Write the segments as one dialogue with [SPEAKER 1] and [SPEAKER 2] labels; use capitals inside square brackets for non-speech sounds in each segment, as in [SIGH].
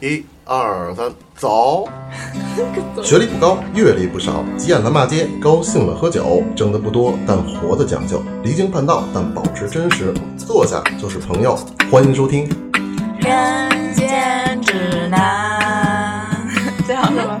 [SPEAKER 1] 一二三，走！
[SPEAKER 2] 学历不高，阅历不少，急眼了骂街，高兴了喝酒，挣得不多但活得讲究，离经叛道但保持真实，坐下就是朋友。欢迎收听，
[SPEAKER 3] 人间指 [LAUGHS] 南，这样是吗？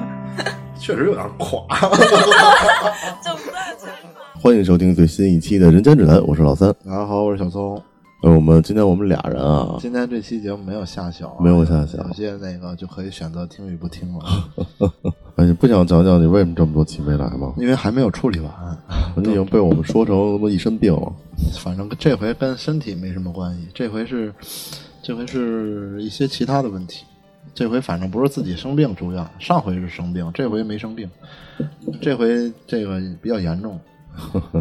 [SPEAKER 1] 确实有点垮。
[SPEAKER 3] 就不断全款。
[SPEAKER 2] 欢迎收听最新一期的《人间指南》，我是老三。
[SPEAKER 1] 大家好，我是小聪。
[SPEAKER 2] 呃，我们今天我们俩人啊，
[SPEAKER 1] 今天这期节目没有下小、啊，
[SPEAKER 2] 没有下小
[SPEAKER 1] 有些那个就可以选择听与不听了，
[SPEAKER 2] [LAUGHS] 哎，你不想讲讲你为什么这么多期没来吗？
[SPEAKER 1] 因为还没有处理完。
[SPEAKER 2] 你已经被我们说成他妈一身病了。
[SPEAKER 1] 反正这回跟身体没什么关系，这回是这回是一些其他的问题。这回反正不是自己生病住院，上回是生病，这回没生病，这回这个比较严
[SPEAKER 2] [LAUGHS]
[SPEAKER 1] 重，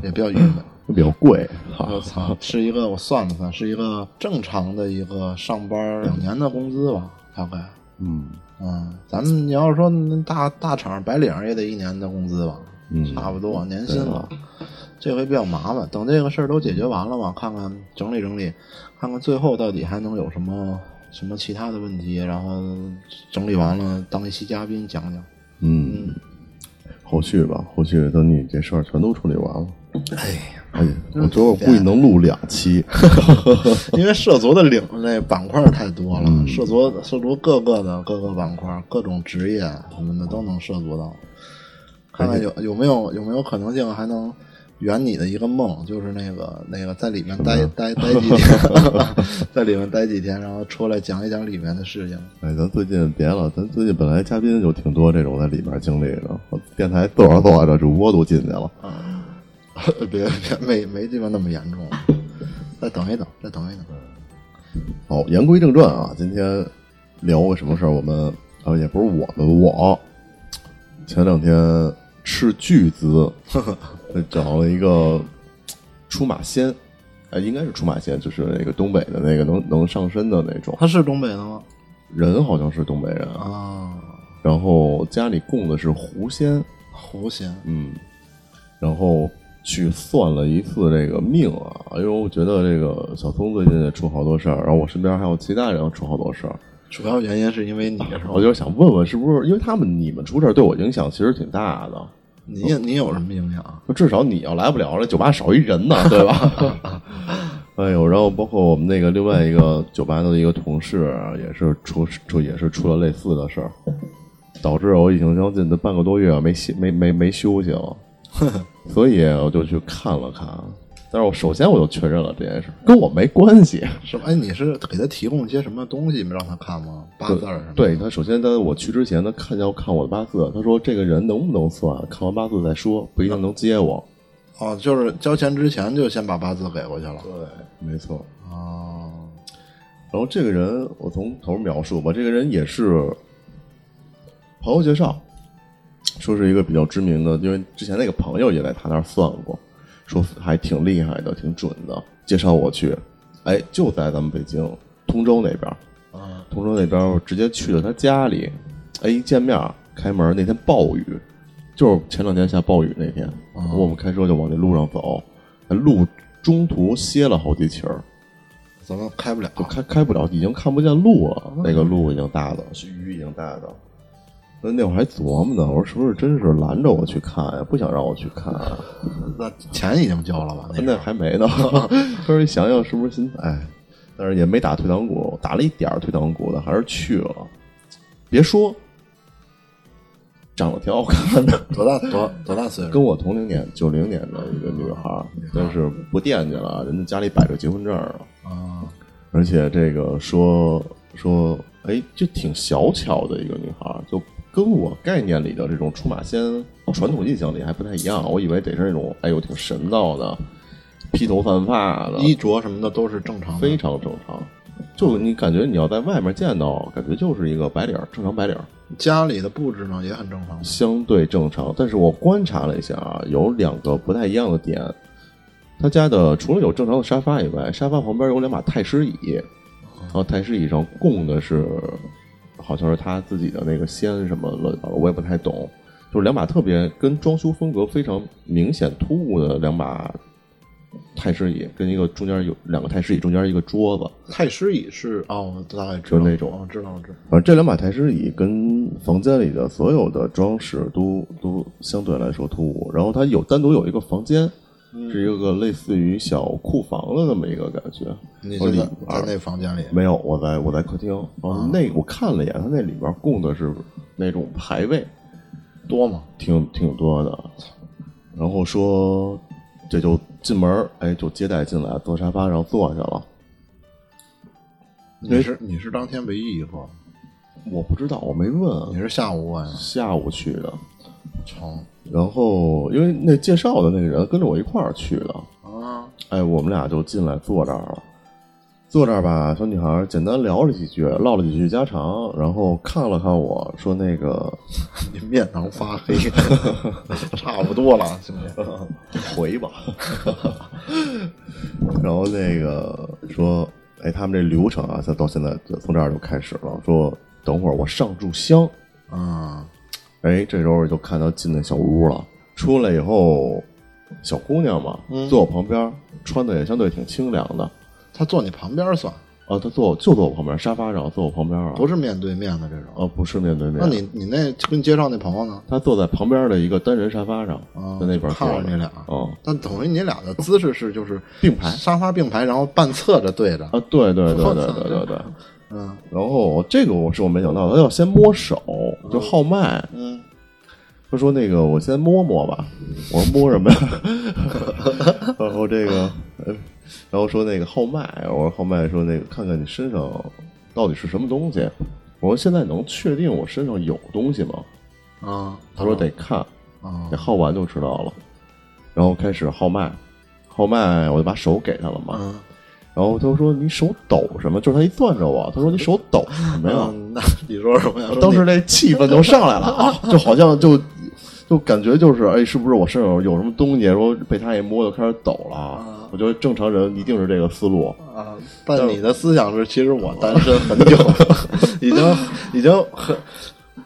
[SPEAKER 1] 也比较郁闷。
[SPEAKER 2] 比较贵，
[SPEAKER 1] 我操，是一个我算了算，是一个正常的一个上班两年的工资吧，大概。
[SPEAKER 2] 嗯，
[SPEAKER 1] 嗯，咱们你要是说那大大厂白领也得一年的工资吧，
[SPEAKER 2] 嗯
[SPEAKER 1] 差不多年薪吧。这回比较麻烦，等这个事儿都解决完了吧，看看整理整理，看看最后到底还能有什么什么其他的问题，然后整理完了当一期嘉宾讲讲。 [LAUGHS]
[SPEAKER 2] 嗯，后续吧，后续等你这事儿全都处理完了。哎呀，我觉得我估计能录两 [LAUGHS] 期。
[SPEAKER 1] 因为涉足的领那板块太多了，涉足涉足各个的各个板块、各种职业什么的都能涉足到。看看有有没有有没有可能性还能圆你的一个梦，就是那个那个在里面待待待几天， [LAUGHS] 在里面待几天，然后出来讲一讲里面的事情。
[SPEAKER 2] 哎，咱最近别了，咱最近本来嘉宾就挺多这种在里面经历的，我电台做着做着，主播都进去了。
[SPEAKER 1] [LAUGHS] 别别没没地方那么严重，再等一等，再等一等。
[SPEAKER 2] 好，言归正传啊，今天聊个什么事儿？我们啊，也不是我们，我前两天斥巨资 [LAUGHS] 找了一个出马仙，哎，应该是出马仙，就是那个东北的那个能能上身的那种
[SPEAKER 1] 他是东北的吗？
[SPEAKER 2] 人，好像是东北人。
[SPEAKER 1] 啊，
[SPEAKER 2] 然后家里供的是狐仙，
[SPEAKER 1] 狐仙，
[SPEAKER 2] 嗯，然后去算了一次这个命啊，因为我觉得这个小聪最近也出好多事儿，然后我身边还有其他人要出好多事儿，
[SPEAKER 1] 主要原因是因为你是吧
[SPEAKER 2] 我？就是想问问是不是因为他们你们出事儿对我影响其实挺大的，
[SPEAKER 1] 你也你有什么啊影响？
[SPEAKER 2] 就至少你要来不了，这酒吧少一人呢，对吧？ [LAUGHS] 哎呦，然后包括我们那个另外一个酒吧的一个同事，啊也是出出也是出了类似的事儿，导致我已经将近的半个多月啊没歇没没没休息了， [LAUGHS] 所以我就去看了看。啊但是我首先我就确认了这件事跟我没关系。
[SPEAKER 1] 是吧？哎，你是给他提供一些什么东西让他看吗？八字儿什么？，
[SPEAKER 2] 对他，首先他我去之前他看要看我的八字，他说这个人能不能算，看完八字再说，不一定能接我。
[SPEAKER 1] 哦，就是交钱之前就先把八字给过去了。
[SPEAKER 2] 对，没错。
[SPEAKER 1] 哦，
[SPEAKER 2] 然后这个人，我从头描述吧。这个人也是朋友介绍，说是一个比较知名的，因为之前那个朋友也在他那儿算过，说还挺厉害的，挺准的，介绍我去。哎，就在咱们北京通州那边儿，
[SPEAKER 1] 啊，
[SPEAKER 2] 通州那边儿我直接去了他家里。哎，一见面儿开门儿那天暴雨，就是前两天下暴雨那天，我们开车就往那路上走，路中途歇了好几起儿。
[SPEAKER 1] 咱们开不了。
[SPEAKER 2] 就开开不了，已经看不见路了。那个路已经大的，是雨已经大的。那那会儿还琢磨呢，我说是不是真是拦着我去看呀？不想让我去看、啊，
[SPEAKER 1] 那钱已经交了吧？
[SPEAKER 2] 那还没呢。 [LAUGHS] 他说你想想是不是心哎，但是也没打退堂鼓，打了一点儿退堂鼓的，还是去了。别说，长得挺好看的， [LAUGHS]
[SPEAKER 1] 多大多多大岁数？
[SPEAKER 2] 跟我同龄年，九零年的一个女孩儿，但是不惦记了，啊人家家里摆着结婚证儿了。
[SPEAKER 1] 啊，
[SPEAKER 2] 而且这个说说，哎，这挺小巧的一个女孩儿，就跟我概念里的这种出马仙传统印象里还不太一样。我以为得是那种，哎呦，挺神道的，披头散发的，
[SPEAKER 1] 衣着什么的都是正常的。
[SPEAKER 2] 非常正常。就你感觉你要在外面见到，感觉就是一个白领儿，正常白领儿，
[SPEAKER 1] 家里的布置呢也很正常。
[SPEAKER 2] 相对正常。但是我观察了一下啊，有两个不太一样的点。他家的除了有正常的沙发以外，沙发旁边有两把太师椅，然后太师椅上供的是好像是他自己的那个仙什么乱七八糟，我也不太懂。就是两把特别跟装修风格非常明显突兀的两把太师椅跟一个中间有两个太师椅，中间一个桌子，
[SPEAKER 1] 太师椅是哦，我大概知
[SPEAKER 2] 就
[SPEAKER 1] 道
[SPEAKER 2] 是那种啊
[SPEAKER 1] 哦知道我知道。
[SPEAKER 2] 反正这两把太师椅跟房间里的所有的装饰都都相对来说突兀。然后它有单独有一个房间，
[SPEAKER 1] 嗯
[SPEAKER 2] 是一个类似于小库房的那么一个感觉。
[SPEAKER 1] 你
[SPEAKER 2] 我
[SPEAKER 1] 就
[SPEAKER 2] 里
[SPEAKER 1] 在
[SPEAKER 2] 边
[SPEAKER 1] 在
[SPEAKER 2] 儿
[SPEAKER 1] 那房间里，
[SPEAKER 2] 没有，我在我在客厅。哦，那我看了一眼，它那里边供的是那种牌位，
[SPEAKER 1] 多吗？
[SPEAKER 2] 挺挺多的。然后说这就进门儿，哎，就接待进来，坐沙发上坐下了。
[SPEAKER 1] 你是你是当天唯一一个，
[SPEAKER 2] 我不知道，我没
[SPEAKER 1] 你
[SPEAKER 2] 问。
[SPEAKER 1] 是下午啊？
[SPEAKER 2] 下午去的，
[SPEAKER 1] 成
[SPEAKER 2] 然后因为那介绍的那个人跟着我一块儿去的，
[SPEAKER 1] 啊，
[SPEAKER 2] 哎，我们俩就进来坐这儿了。坐这儿吧，小女孩儿简单聊了几句，唠了几句家常，然后看了看我说那个
[SPEAKER 1] 你面囊发
[SPEAKER 2] [LAUGHS]
[SPEAKER 1] 黑，差不多了，兄弟。
[SPEAKER 2] 回吧， [LAUGHS] 然后那个说，哎，他们这流程啊，他到现在就从这儿就开始了，说等会儿我上炷香，
[SPEAKER 1] 啊，
[SPEAKER 2] 哎，这时候就看到进那小屋了。出来以后，小姑娘嘛，
[SPEAKER 1] 嗯
[SPEAKER 2] 坐我旁边儿，穿的也相对挺清凉的。
[SPEAKER 1] 他坐你旁边算，
[SPEAKER 2] 啊，她坐我就坐我旁边儿沙发上，坐我旁边儿啊，
[SPEAKER 1] 不是哦面对面的这种。
[SPEAKER 2] 啊，不是面对面。
[SPEAKER 1] 那你你那跟介绍那朋友呢？
[SPEAKER 2] 她坐在旁边的一个单人沙发上，
[SPEAKER 1] 啊
[SPEAKER 2] 在那边
[SPEAKER 1] 看
[SPEAKER 2] 坐
[SPEAKER 1] 着
[SPEAKER 2] 着
[SPEAKER 1] 你俩
[SPEAKER 2] 嗯，
[SPEAKER 1] 但等于你俩的姿势是就是
[SPEAKER 2] 并排
[SPEAKER 1] 沙发并排，然后半侧着对着。
[SPEAKER 2] 啊，对对对对对对对。
[SPEAKER 1] 嗯
[SPEAKER 2] 然后这个我是我没想到的，她要先摸手，就号脉。
[SPEAKER 1] 嗯，
[SPEAKER 2] 他说：“那个，我先摸
[SPEAKER 1] [LAUGHS]
[SPEAKER 2] 摸吧。”我说：“摸什么呀？” [LAUGHS] 然后这个，呃然后说那个号脉，我说号脉说那个看看你身上到底是什么东西。我说：“现在能确定我身上有东西吗
[SPEAKER 1] 啊？”
[SPEAKER 2] 他说：“得看，
[SPEAKER 1] 啊
[SPEAKER 2] 得号完就知道了。”然后开始号脉，号脉我就把手给他了嘛。
[SPEAKER 1] 嗯，
[SPEAKER 2] 然后他说：“你手抖什么？”就是他一攥着我，他说：“你手抖什么呀？”
[SPEAKER 1] 嗯那你说什么呀？说
[SPEAKER 2] 当
[SPEAKER 1] 你
[SPEAKER 2] 时那气氛就上来了啊，就好像就就感觉就是哎，是不是我身上有有什么东西？然后被他一摸就开始抖了啊
[SPEAKER 1] 啊。
[SPEAKER 2] 我觉得正常人一定是这个思路，
[SPEAKER 1] 啊，但你的思想是，其实我单身很久，已经已经很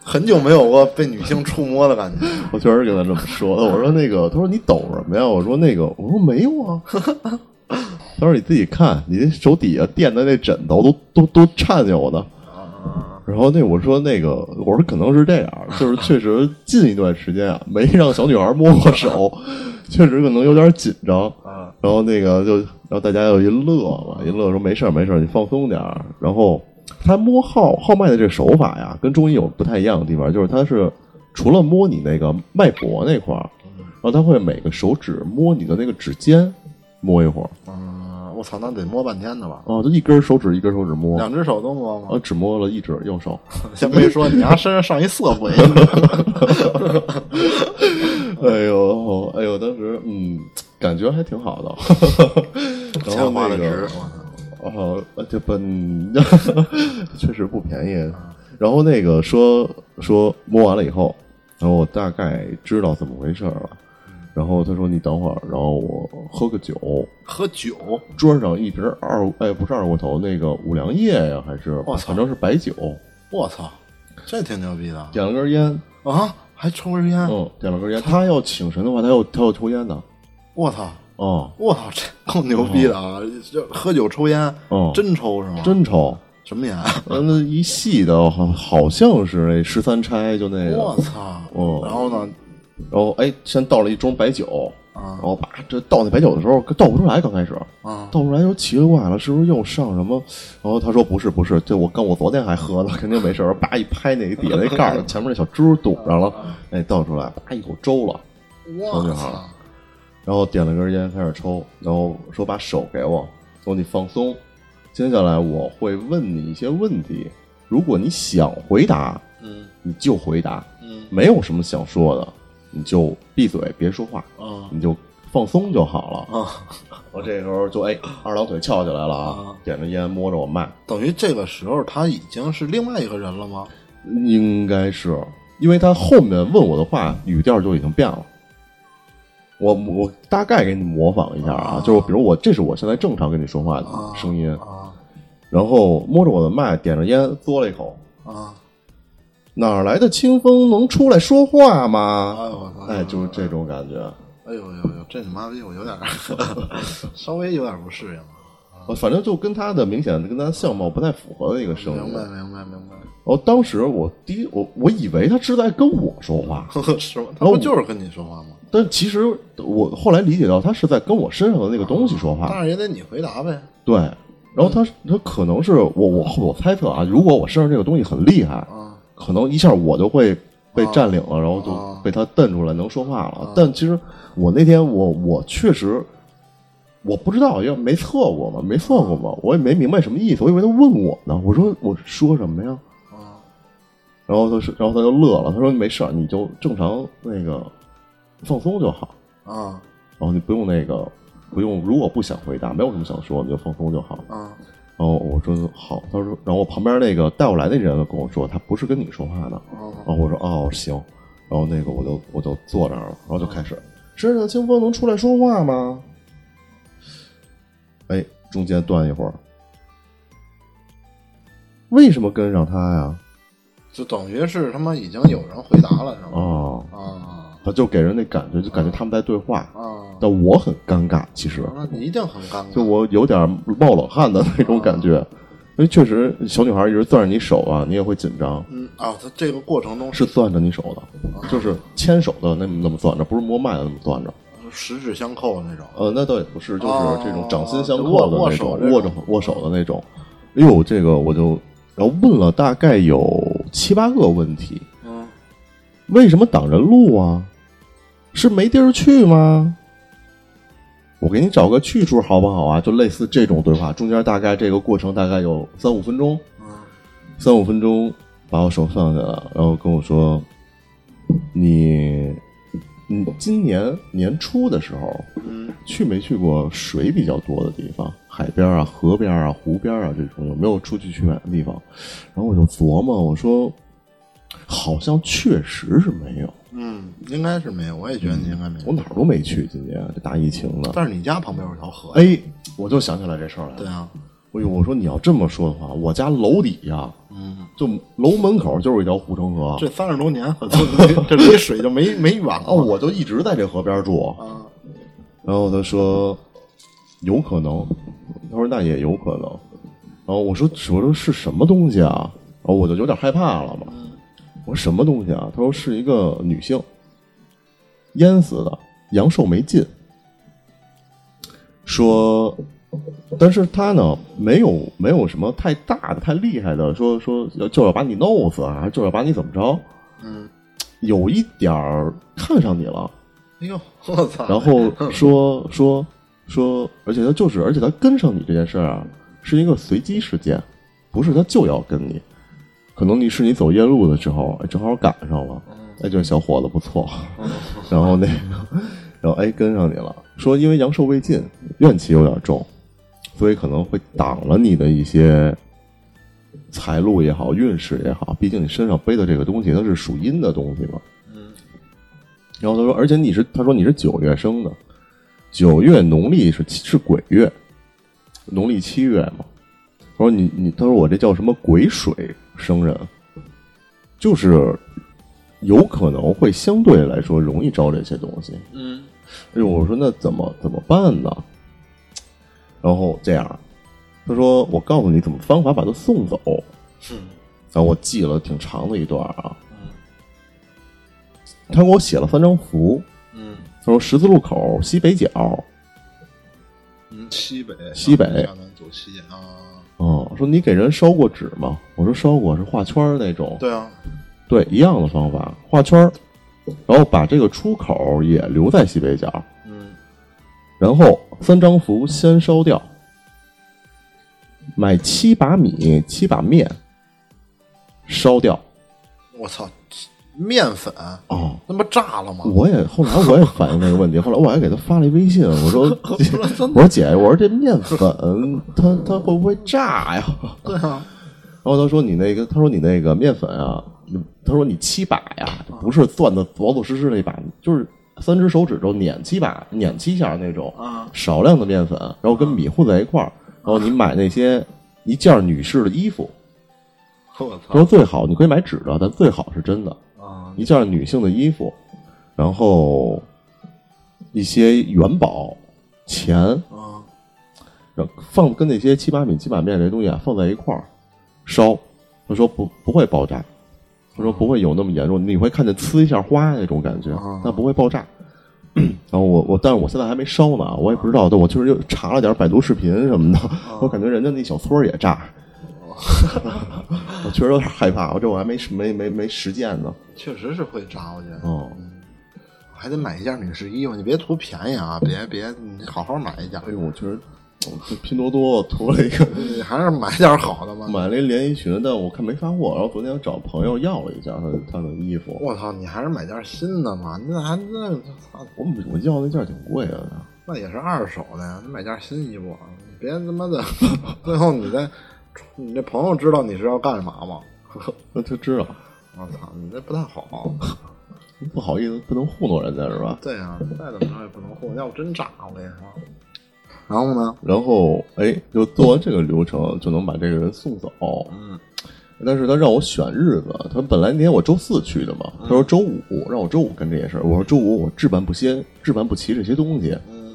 [SPEAKER 1] 很久没有过被女性触摸的感觉。
[SPEAKER 2] 我确实跟他这么说的。我说那个，他说你抖什么呀？我说那个，我说没有啊。他说你自己看，你那手底下垫的那枕头都都都颤悠呢。 [LAUGHS] 然后那我说那个，我说可能是这样，就是确实近一段时间啊，没让小女孩摸过手，确实可能有点紧张。
[SPEAKER 1] 啊
[SPEAKER 2] 然后那个就，然后大家就一乐嘛，一乐说没事儿没事儿，你放松点儿。然后他摸号号脉的这个手法呀，跟中医有不太一样的地方，就是他是除了摸你那个脉搏那块儿，然后他会每个手指摸你的那个指尖，摸一会儿， [LAUGHS]
[SPEAKER 1] 嗯，我操，那得摸半天的吧？
[SPEAKER 2] 哦，就一根手指一根手指
[SPEAKER 1] [LAUGHS]
[SPEAKER 2] 摸，
[SPEAKER 1] 两只手都摸
[SPEAKER 2] 啊，
[SPEAKER 1] 吗？
[SPEAKER 2] 只摸了一指右手，
[SPEAKER 1] 先没说你丫身上上一色
[SPEAKER 2] [LAUGHS]
[SPEAKER 1] 鬼，
[SPEAKER 2] 哎呦哎呦，当时嗯，感觉还挺好的， [LAUGHS] 然后
[SPEAKER 1] 钱花
[SPEAKER 2] 那
[SPEAKER 1] 的啊值。
[SPEAKER 2] 个
[SPEAKER 1] 我操
[SPEAKER 2] 哦，这本 [LAUGHS] 确实不便宜。然后那个说说摸完了以后，然后我大概知道怎么回事儿了。然后他说你等会儿，然后我喝个酒，
[SPEAKER 1] 喝酒，
[SPEAKER 2] 桌上一瓶二哎不是二锅头，那个五粮液呀还是
[SPEAKER 1] 我操
[SPEAKER 2] 反正是白酒，
[SPEAKER 1] 我操，这挺牛逼的
[SPEAKER 2] 点了根烟，
[SPEAKER 1] 啊！还抽根烟，
[SPEAKER 2] 嗯，点了根烟。他要请神的话，他要他要抽烟的，
[SPEAKER 1] 我操，
[SPEAKER 2] 哦
[SPEAKER 1] 我操，这够牛逼的啊！这喝酒抽烟，
[SPEAKER 2] 哦，
[SPEAKER 1] 真抽是吗？
[SPEAKER 2] 真抽。
[SPEAKER 1] 什么烟？啊
[SPEAKER 2] 完了，一细的好好像是那十三钗，就那个，
[SPEAKER 1] 我操！
[SPEAKER 2] 哦
[SPEAKER 1] 然后呢？
[SPEAKER 2] 然后哎，先倒了一盅白酒，
[SPEAKER 1] 啊
[SPEAKER 2] 然后啪，这倒那白酒的时候倒不出来，刚开始
[SPEAKER 1] 啊！
[SPEAKER 2] 倒不出来就奇了怪了，是不是又上什么？然后他说不是不是，这我刚我昨天还喝呢，肯定没事儿。叭一拍那个底下那盖儿，前面那小珠堵上了，哎，倒出来，叭一口粥了，
[SPEAKER 1] 我操！
[SPEAKER 2] 然后点了根烟开始抽，然后说把手给我，说你放松，接下来我会问你一些问题，如果你想回答，
[SPEAKER 1] 嗯
[SPEAKER 2] 你就回答，
[SPEAKER 1] 嗯
[SPEAKER 2] 没有什么想说的，你就闭嘴别说话，
[SPEAKER 1] 啊
[SPEAKER 2] 你就放松就好了。
[SPEAKER 1] 啊！
[SPEAKER 2] 我这时候就哎，二郎腿翘起来了啊
[SPEAKER 1] 啊，
[SPEAKER 2] 点着烟摸着我脉，
[SPEAKER 1] 等于这个时候他已经是另外一个人了吗？
[SPEAKER 2] 应该是因为他后面问我的话语调就已经变了。我我大概给你模仿一下啊，
[SPEAKER 1] 啊
[SPEAKER 2] 就是比如我这是我现在正常跟你说话的
[SPEAKER 1] 啊
[SPEAKER 2] 声音，
[SPEAKER 1] 啊
[SPEAKER 2] 然后摸着我的脉，点着烟嘬了一口，
[SPEAKER 1] 啊！
[SPEAKER 2] 哪儿来的清风能出来说话
[SPEAKER 1] 哎
[SPEAKER 2] 吗？
[SPEAKER 1] 呦我操！
[SPEAKER 2] 哎哎，就是这种感觉。
[SPEAKER 1] 哎呦呦呦，这你妈逼我有点儿 [LAUGHS] 稍微有点儿不适应了。
[SPEAKER 2] 呃反正就跟他的明显跟他的相貌不太符合的一个声
[SPEAKER 1] 明
[SPEAKER 2] 音
[SPEAKER 1] 白。明白明
[SPEAKER 2] [LAUGHS]
[SPEAKER 1] 白，
[SPEAKER 2] 哦，当时我第一我我以为他是在跟我说话，
[SPEAKER 1] 是吗？他不就是跟你说话吗？
[SPEAKER 2] 但其实我后来理解到他是在跟我身上的那个东西说话。
[SPEAKER 1] 但是也得你回答呗。
[SPEAKER 2] 对，然后他他可能是我我我猜测啊，如果我身上这个东西很厉害，
[SPEAKER 1] 啊，
[SPEAKER 2] 可能一下我就会被
[SPEAKER 1] 啊
[SPEAKER 2] 占领了，然后就
[SPEAKER 1] 啊
[SPEAKER 2] 被他瞪出来能说话了
[SPEAKER 1] 啊。
[SPEAKER 2] 但其实我那天我我确实我不知道，要没测过嘛，没测过嘛，我也没明白什么意思，我以为他问我呢，我说我说什么呀？
[SPEAKER 1] 啊，
[SPEAKER 2] 然后他说，然后他就乐了，他说没事儿，你就正常那个放松就好，
[SPEAKER 1] 啊
[SPEAKER 2] 然后你不用那个不用，如果不想回答，没有什么想说，你就放松就好。
[SPEAKER 1] 啊
[SPEAKER 2] 然后我说好，他说，然后我旁边那个带我来那人跟我说，他不是跟你说话的。然
[SPEAKER 1] 啊
[SPEAKER 2] 后我说哦行，然后那个我就我就坐那儿了，然后就开始身上的清风能出来说话吗？哎，中间断一会儿， [LAUGHS] 为什么跟上他呀？
[SPEAKER 1] 就等于是他妈已经有人回答了是吗？
[SPEAKER 2] 哦，
[SPEAKER 1] 啊
[SPEAKER 2] 他就给人那感觉，就感觉他们在对话，
[SPEAKER 1] 啊，
[SPEAKER 2] 但我很尴尬，其实
[SPEAKER 1] 那你一定很尴尬。
[SPEAKER 2] 就我有点冒冷汗的那种感觉，因为确实小女孩一直攥着你手啊，你也会紧张。
[SPEAKER 1] 嗯啊，他这个过程中
[SPEAKER 2] 是攥着你手的，就是牵手的那么那么攥着，不是摸脉的那么攥着。
[SPEAKER 1] 十指相扣那种。
[SPEAKER 2] 呃，那倒也不是，就是
[SPEAKER 1] 哦
[SPEAKER 2] 这种掌心相
[SPEAKER 1] 就
[SPEAKER 2] 扣
[SPEAKER 1] 握
[SPEAKER 2] 的
[SPEAKER 1] 握
[SPEAKER 2] 那
[SPEAKER 1] 手
[SPEAKER 2] 种，
[SPEAKER 1] 这
[SPEAKER 2] 握着
[SPEAKER 1] 种
[SPEAKER 2] 握手的那种。哎呦，这个我就然后问了大概有七八个问题，
[SPEAKER 1] 嗯
[SPEAKER 2] 为什么挡人路啊？是没地儿去吗？我给你找个去处好不好啊？就类似这种对话，中间大概这个过程大概有三五分钟，
[SPEAKER 1] 嗯
[SPEAKER 2] 三五分钟把我手放下了，然后跟我说：“你，你今年年初的时候
[SPEAKER 1] 嗯
[SPEAKER 2] 去没去过水比较多的地方，海边啊、河边啊、湖边啊这种，有没有出去去远的地方？”然后我就琢磨，我说：“好像确实是没有，
[SPEAKER 1] 嗯，应该是没有，我也觉得你应该没有。
[SPEAKER 2] 我哪儿都没去，今年这大疫情的。
[SPEAKER 1] 但是你家旁边有条”河呀，
[SPEAKER 2] 哎，我就想起来这事儿来
[SPEAKER 1] 对
[SPEAKER 2] 了。
[SPEAKER 1] 啊，
[SPEAKER 2] 哎呦，我说你要这么说的话，我家楼底下
[SPEAKER 1] 嗯。
[SPEAKER 2] 就楼门口就是一条护城河，
[SPEAKER 1] 这三十多年，可就离 [LAUGHS] 这离水就没没远
[SPEAKER 2] 哦，
[SPEAKER 1] 了。
[SPEAKER 2] 我就一直在这河边住。
[SPEAKER 1] 啊，
[SPEAKER 2] 然后他说有可能，他说那也有可能。然后我说我说是什么东西啊？然后我就有点害怕了嘛。我说什么东西啊？他说是一个女性，淹死的，阳寿没尽。说，但是他呢，没有没有什么太大的、太厉害的，说说要就要把你弄死啊，就要把你怎么着，
[SPEAKER 1] 嗯，
[SPEAKER 2] 有一点儿看上你了。
[SPEAKER 1] 哎呦，我操！
[SPEAKER 2] 然后说说说，而且他就是，而且他跟上你这件事儿啊，是一个随机事件，不是他就要跟你，可能你是你走夜路的时候，哎正好赶上了，哎，这小伙子不错，然后那个，然后哎跟上你了，说因为阳寿未尽，怨气有点重，所以可能会挡了你的一些。财路也好，运势也好，毕竟你身上背的这个东西，它是属阴的东西嘛。然后他说，而且你是，他说你是九月生的，九月农历是是鬼月，农历七月嘛。他说你你，他说我这叫什么癸水生人，就是有可能会相对来说容易招这些东西。
[SPEAKER 1] 嗯，
[SPEAKER 2] 哎呦，我说那怎么怎么办呢？然后这样，他说我告诉你怎么方法把他送走。
[SPEAKER 1] 嗯
[SPEAKER 2] 然后我记了挺长的一段啊，他给我写了三张符，
[SPEAKER 1] 嗯
[SPEAKER 2] 他说十字路口西北角，
[SPEAKER 1] 嗯，西北，
[SPEAKER 2] 西北
[SPEAKER 1] 下南走西啊，
[SPEAKER 2] 哦，说你给人烧过纸吗？我说烧过，是画圈儿那种，
[SPEAKER 1] 对啊，
[SPEAKER 2] 对一样的方法，画圈儿，然后把这个出口也留在西北角，
[SPEAKER 1] 嗯
[SPEAKER 2] 然后三张符先烧掉，买七把米、七把面，烧掉。
[SPEAKER 1] 我操，面粉
[SPEAKER 2] 哦，
[SPEAKER 1] 那不炸了吗？
[SPEAKER 2] [LAUGHS] 我也后来我也反映这个
[SPEAKER 1] [LAUGHS]
[SPEAKER 2] 问题，后来我还给他发了一微信，我说我说姐，我说这面粉它它会不会炸呀？
[SPEAKER 1] [LAUGHS] 对啊，
[SPEAKER 2] 然后他说你那个，他说你那个面粉啊，你他说你七把呀，
[SPEAKER 1] 啊
[SPEAKER 2] 不是攥的老老实实那把，就是三只手指头捻七把，捻七下那种，
[SPEAKER 1] 啊
[SPEAKER 2] 少量的面粉，然后跟米混在一块儿，然后你买那些一件女士的衣服，
[SPEAKER 1] 啊我
[SPEAKER 2] 他说最好你可以买纸的，但最好是真的，
[SPEAKER 1] 操啊，
[SPEAKER 2] 一件女性的衣服，然后一些元宝、钱，
[SPEAKER 1] 啊，
[SPEAKER 2] 然后放跟那些七八米、七八面这些东西啊放在一块儿烧，他说不不会爆炸，他说不会有那么严重，你会看见呲一下花那种感觉
[SPEAKER 1] 啊，
[SPEAKER 2] 但不会爆炸。 [CLEARS THROAT] 然后我我，但是我现在还没烧呢，我也不知道。但我确实又查了点百度视频什么的，我感觉人家那小村儿也炸， [LAUGHS] 我确实有点害怕。我这我还没没没没实践呢。
[SPEAKER 1] 确实是会炸，我觉得。
[SPEAKER 2] 哦，
[SPEAKER 1] 还得买一件女士衣服，你别图便宜啊！别别，你好好买一件
[SPEAKER 2] 哎，呦，我确实，我这拼多多啊图了一个，
[SPEAKER 1] 你还是买点好的吧。
[SPEAKER 2] 买了一连衣裙，但我看没发货。然后昨天找朋友要了一件他的他的衣服，
[SPEAKER 1] 我操，你还是买件新的嘛？那还那操，
[SPEAKER 2] 我我要那件儿挺贵的，
[SPEAKER 1] 那也是二手的呀。你买件新衣服，你别他妈的， [LAUGHS] 最后你再你这朋友知道你是要干嘛吗？
[SPEAKER 2] 那他知道，
[SPEAKER 1] 我操，你这不太好。
[SPEAKER 2] 不好意思，不能糊弄人家是吧？
[SPEAKER 1] 对呀、再怎么着也不能混，要不真炸我跟你说。然后呢？
[SPEAKER 2] 然后哎，就做完这个流程，就能把这个人送走。
[SPEAKER 1] 嗯，
[SPEAKER 2] 但是他让我选日子，他本来那天我周四去的嘛，他说周五让我周五干这些事儿，我说周五我置办不些置办不齐这些东西，
[SPEAKER 1] 嗯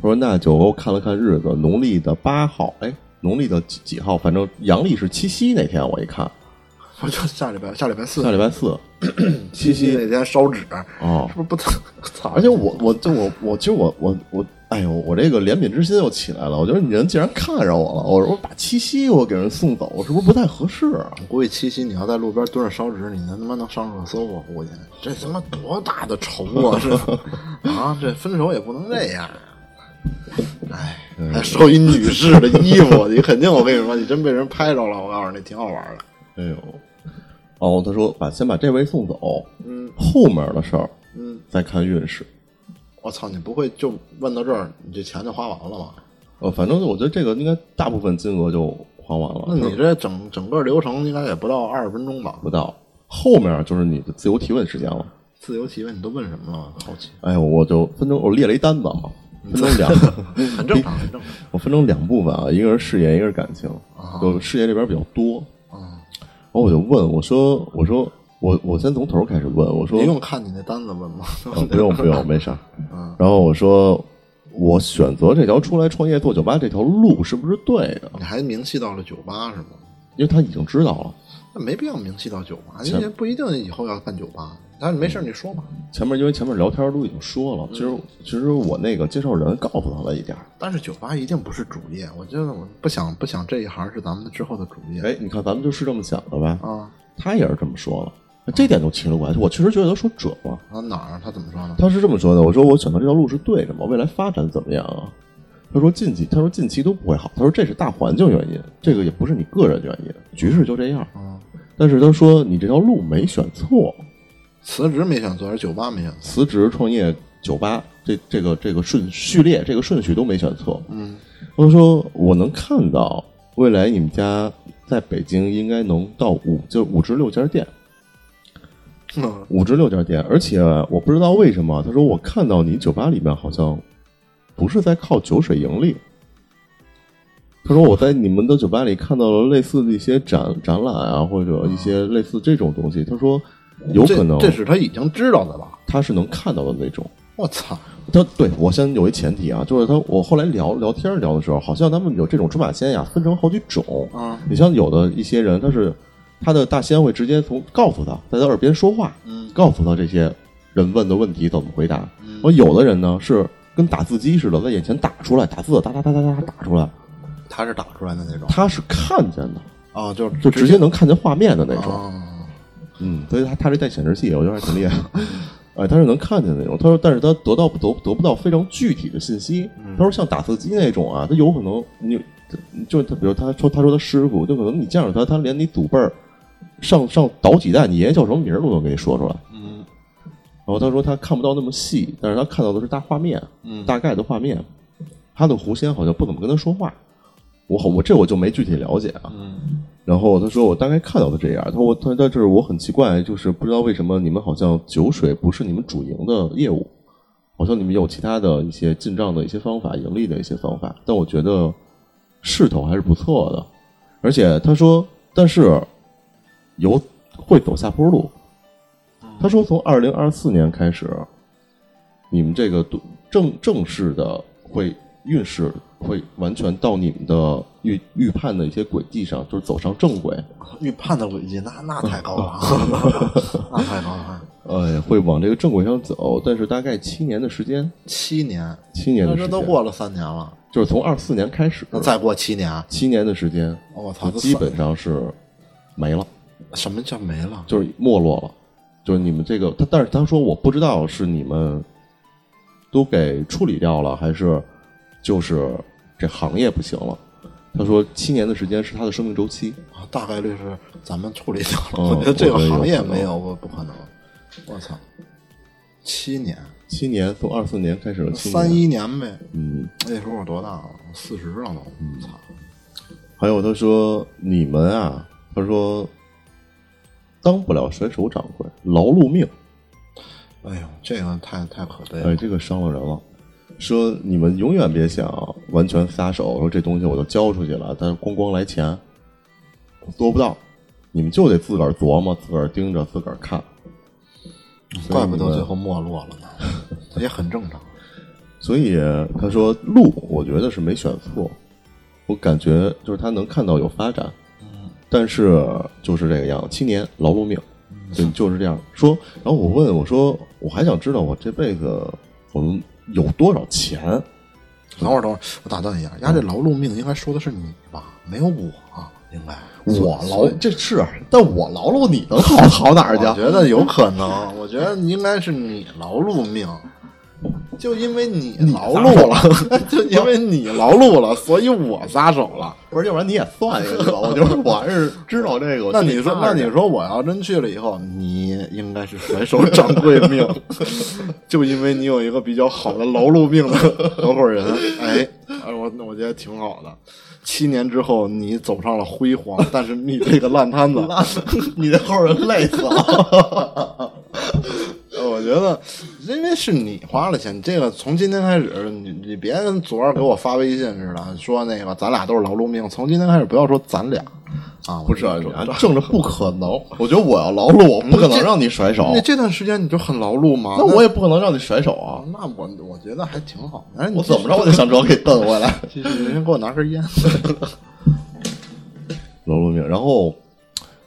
[SPEAKER 2] 他说那就给我看了看日子，农历的八号，哎，农历的几几号，反正阳历是七夕那天，我一看
[SPEAKER 1] 我就下礼拜下礼拜四
[SPEAKER 2] 下礼拜四，七
[SPEAKER 1] [CLEARS THROAT] 七
[SPEAKER 2] 夕
[SPEAKER 1] 那天烧纸，
[SPEAKER 2] 哦
[SPEAKER 1] 是，不是不 [LAUGHS] 操？
[SPEAKER 2] 而且我我就我我其实我我我，哎呦，我这个怜悯之心又起来了。我觉得你人既然看上我了，我说我把七夕我给人送走，是不是不太合适啊？
[SPEAKER 1] 估计七夕你要在路边蹲着烧纸，你能他妈能上热搜啊！我估计这他妈多大的仇啊！这啊，这分手也不能这样啊！
[SPEAKER 2] 嗯
[SPEAKER 1] 哎，还收一女士的衣服，你肯定我跟你说，你真被人拍着了，我告诉你，挺好玩的。
[SPEAKER 2] 哎呦，哦，他说把先把这位送走，
[SPEAKER 1] 嗯
[SPEAKER 2] 后面的事儿
[SPEAKER 1] 嗯，
[SPEAKER 2] 再看运势。
[SPEAKER 1] 我操，你不会就问到这儿，你这钱就花完了吧？
[SPEAKER 2] 呃，反正我觉得这个应该大部分金额就花完了。
[SPEAKER 1] 那你这整整个流程应该也不到二十分钟吧？
[SPEAKER 2] 不到后面就是你的自由提问时间了。
[SPEAKER 1] 自由提问，你都问什么了？好
[SPEAKER 2] [LAUGHS]
[SPEAKER 1] 奇，
[SPEAKER 2] 哎呦，我就分成我列了一单子啊，分成
[SPEAKER 1] [LAUGHS]
[SPEAKER 2] 两。
[SPEAKER 1] 很正常，很正常。
[SPEAKER 2] 我分成两部分啊，一个是事业，一个是感情。就事业这边比较多。
[SPEAKER 1] 啊
[SPEAKER 2] 然后我就问我说：“我说我我先从头开始问，我说
[SPEAKER 1] 你用看你那单子问吗？
[SPEAKER 2] 啊不用不用，没事儿。
[SPEAKER 1] [LAUGHS] 嗯
[SPEAKER 2] 然后我说我选择这条出来创业做酒吧这条路是不是对的？
[SPEAKER 1] 你还明细到了酒吧是吗？
[SPEAKER 2] 因为他已经知道了，
[SPEAKER 1] 那没必要明细到酒吧，
[SPEAKER 2] 前
[SPEAKER 1] 你也不一定以后要办酒吧，但是没
[SPEAKER 2] 嗯
[SPEAKER 1] 事儿你说吧。
[SPEAKER 2] 前面因为前面聊天都已经说了，其实
[SPEAKER 1] 嗯
[SPEAKER 2] 其实我那个介绍人告诉他了一点儿。
[SPEAKER 1] 但是酒吧一定不是主业，我觉得我不想不想这一行是咱们之后的主业。
[SPEAKER 2] 哎，你看咱们就是这么想的吧？
[SPEAKER 1] 啊
[SPEAKER 2] 他也是这么说了，那这点就奇了怪，我确实觉得他说准了。
[SPEAKER 1] 啊哪儿？他怎么说呢？
[SPEAKER 2] 他是这么说的：“我说我选择这条路是对的吗？未来发展怎么样啊？”他说：“近期，他说近期都不会好。他说这是大环境原因，这个也不是你个人原因，局势就这样。
[SPEAKER 1] 啊，
[SPEAKER 2] 但是他说你这条路没选错，
[SPEAKER 1] 辞职没选择，而酒吧没选择。
[SPEAKER 2] 辞职、创业、酒吧这这个这个顺序列这个顺序都没选错。
[SPEAKER 1] 嗯
[SPEAKER 2] 他说我能看到未来你们家在北京应该能到五就五至六家店，
[SPEAKER 1] 嗯
[SPEAKER 2] 五至六家店，而且我不知道为什么，他说我看到你酒吧里面好像不是在靠酒水盈利。他说我在你们的酒吧里看到了类似的一些展展览啊，或者一些类似这种东西。他说有可能
[SPEAKER 1] 这这是他已经知道的吧？
[SPEAKER 2] 他是能看到的那种。
[SPEAKER 1] 我操！
[SPEAKER 2] 他对我先有一前提啊，就是他我后来聊聊天聊的时候，好像他们有这种出马仙呀，分成好几种。
[SPEAKER 1] 啊
[SPEAKER 2] 你像有的一些人，他是他的大仙会直接从告诉他，在他耳边说话，
[SPEAKER 1] 嗯
[SPEAKER 2] 告诉他这些人问的问题怎么回答。
[SPEAKER 1] 嗯
[SPEAKER 2] 我有的人呢是跟打字机似的，在眼前打出来，打字打打打打打打出来，
[SPEAKER 1] 他是打出来的那种
[SPEAKER 2] 他是看见的，
[SPEAKER 1] 啊，就
[SPEAKER 2] 就直接能看见画面的那种。
[SPEAKER 1] 啊，
[SPEAKER 2] 嗯，所以他他这带显示器，我觉得还挺厉
[SPEAKER 1] [LAUGHS]
[SPEAKER 2] 害。哎，他是能看见那种。他说，但是他得到得得不到非常具体的信息。
[SPEAKER 1] 嗯
[SPEAKER 2] 他说，像打字机那种啊，他有可能你就他，比如他说他说他师傅，就可能你见着他，他连你祖辈儿上上倒几代，你爷爷叫什么名儿都能给你说出来。
[SPEAKER 1] 嗯
[SPEAKER 2] 然后他说他看不到那么细，但是他看到的是大画面，
[SPEAKER 1] 嗯
[SPEAKER 2] 大概的画面。他的狐仙好像不怎么跟他说话，我好我这我就没具体了解啊。
[SPEAKER 1] 嗯
[SPEAKER 2] 然后他说我大概看到的这样，他说我他他就是我很奇怪，就是不知道为什么你们好像酒水不是你们主营的业务，好像你们有其他的一些进账的一些方法、盈利的一些方法，但我觉得势头还是不错的。而且他说，但是有会走下坡路。他说从二零二四年开始，你们这个正正式的会运势会完全到你们的预预判的一些轨迹上，就是走上正轨，
[SPEAKER 1] 预判的轨迹，那那太高
[SPEAKER 2] [LAUGHS]
[SPEAKER 1] 了，啊那太高了，啊
[SPEAKER 2] 呃，会往这个正轨上走，但是大概七年的时间，
[SPEAKER 1] 七年，
[SPEAKER 2] 七年
[SPEAKER 1] 那
[SPEAKER 2] 的时
[SPEAKER 1] 这
[SPEAKER 2] 间，
[SPEAKER 1] 都过了三年了，
[SPEAKER 2] 就是从二四年开始，
[SPEAKER 1] 那再过七年，
[SPEAKER 2] 七年的时间，
[SPEAKER 1] 哦我操，
[SPEAKER 2] 就
[SPEAKER 1] 这
[SPEAKER 2] 基本上是没了，
[SPEAKER 1] 什么叫没了？
[SPEAKER 2] 就是没落了，就是你们这个他，但是他说我不知道是你们都给处理掉了，还是就是这行业不行了。他说七年的时间是他的生命周期，
[SPEAKER 1] 啊大概率是咱们处理掉了，
[SPEAKER 2] 嗯
[SPEAKER 1] 我觉得这个行业
[SPEAKER 2] 我觉得有可能
[SPEAKER 1] 没有，我不可能，我操，七年，
[SPEAKER 2] 七年从二四年开始了，七年
[SPEAKER 1] 三一年呗，
[SPEAKER 2] 嗯，
[SPEAKER 1] 那时候我多大了？四十了都，操，
[SPEAKER 2] 还有他说你们啊，他说当不了甩手掌柜，劳碌命，
[SPEAKER 1] 哎呦，这个太太可悲了
[SPEAKER 2] 哎，，这个伤了人了。说你们永远别想啊完全撒手，说这东西我就交出去了，但是咣咣来钱，我做不到，你们就得自个儿琢磨，自个儿盯着，自个儿看。
[SPEAKER 1] 怪不得最后没落了呢， [LAUGHS] 也很正常。
[SPEAKER 2] 所以他说路，我觉得是没选错，我感觉就是他能看到有发展，
[SPEAKER 1] 嗯
[SPEAKER 2] 但是就是这个样，七年劳碌命，
[SPEAKER 1] 嗯
[SPEAKER 2] 对，就是这样说。然后我问我说，我还想知道我这辈子我们有多少钱？
[SPEAKER 1] 等会儿，等会儿，我打断一下，丫这劳碌命应该说的是你吧，没有我，啊应该
[SPEAKER 2] 我
[SPEAKER 1] 劳
[SPEAKER 2] 劳这是，啊但我劳碌你能好好哪儿
[SPEAKER 1] 我
[SPEAKER 2] 去？啊
[SPEAKER 1] 觉得有可能，我觉得应该是你劳碌命，就因为你劳碌
[SPEAKER 2] [LAUGHS]
[SPEAKER 1] 了，就因为你劳碌了，所以我撒手了。
[SPEAKER 2] 不是，要不然你也算一个吧。我就是我还是知道这个。我
[SPEAKER 1] 那
[SPEAKER 2] 心里
[SPEAKER 1] 你说，
[SPEAKER 2] 踏
[SPEAKER 1] 那
[SPEAKER 2] 实
[SPEAKER 1] 你说，我要真去了以后，你应该是甩手掌柜命，
[SPEAKER 2] [LAUGHS]
[SPEAKER 1] 就因为你有一个比较好的劳碌命的合伙人，哎，哎我我觉得挺好的。七年之后，你走上了辉煌，但是你这个烂摊子，
[SPEAKER 2] [LAUGHS] 你的后人累死了。
[SPEAKER 1] 我觉得，因为是你花了钱，这个从今天开始，你你别跟昨儿给我发微信似的，说那个咱俩都是劳碌命，从今天开始不要说咱俩啊，
[SPEAKER 2] 不是啊，
[SPEAKER 1] 我就
[SPEAKER 2] 你按正着不可
[SPEAKER 1] [LAUGHS]
[SPEAKER 2] 能。我觉得我要劳碌，我不可能让你甩手
[SPEAKER 1] 你，这段时间你就很劳碌吗？
[SPEAKER 2] 那我也不可能让你甩手啊。
[SPEAKER 1] 那我我觉得还挺好的，哎，你
[SPEAKER 2] 我怎么着我
[SPEAKER 1] [LAUGHS]
[SPEAKER 2] 就想着给蹬回来。
[SPEAKER 1] 继续？你先给我拿
[SPEAKER 2] [LAUGHS]
[SPEAKER 1] 根烟。
[SPEAKER 2] 劳碌命。然后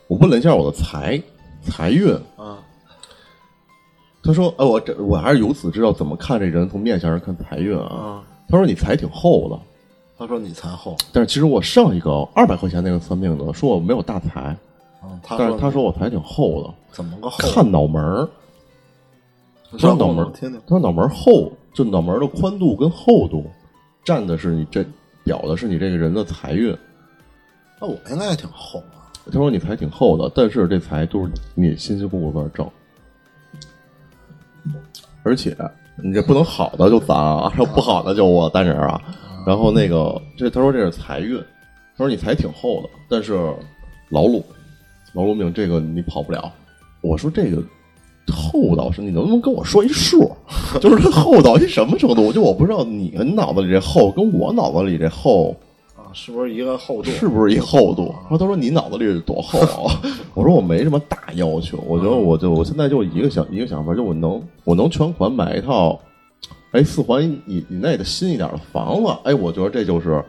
[SPEAKER 2] 我问了一下我的财财运，
[SPEAKER 1] 啊，
[SPEAKER 2] 他说：“哎，我这我还是由此知道怎么看这人，从面相上看财运啊
[SPEAKER 1] 嗯。”
[SPEAKER 2] 他说：“你财挺厚的。”
[SPEAKER 1] 他说你才厚，
[SPEAKER 2] 但是其实我上一个二百块钱那个算命的说我没有大财，
[SPEAKER 1] 嗯，他
[SPEAKER 2] 但是
[SPEAKER 1] 说
[SPEAKER 2] 他
[SPEAKER 1] 他
[SPEAKER 2] 说我财挺厚的，
[SPEAKER 1] 怎么个厚？
[SPEAKER 2] 看脑门儿，
[SPEAKER 1] 你
[SPEAKER 2] 他
[SPEAKER 1] 说
[SPEAKER 2] 说脑门
[SPEAKER 1] 我
[SPEAKER 2] 儿，
[SPEAKER 1] 听听
[SPEAKER 2] 他说脑门儿厚，就脑门儿的宽度跟厚度，占的是你这表的是你这个人的财运。
[SPEAKER 1] 那我应该也挺厚啊。
[SPEAKER 2] 他说你财挺厚的，但是这财都是你辛辛苦苦在这挣，而且你这不能好的就咱啊，要不好的就我单人啊。然后那个这他说这是财运，他说你财挺厚的，但是劳碌劳碌命这个你跑不了。我说这个厚道是，你能不能跟我说一数？ [LAUGHS] 就是它厚到一什么程度？就我不知道你脑子里这厚跟我脑子里这厚
[SPEAKER 1] 啊，是不是一个厚度？
[SPEAKER 2] 是不是一厚度？然后他说你脑子里多厚啊？ [LAUGHS] 我说我没什么大要求，我觉得我就我现在就一个想一个想法，就我能我能全款买一套，哎四环以以内的新一点的房子，哎，我觉得这就是，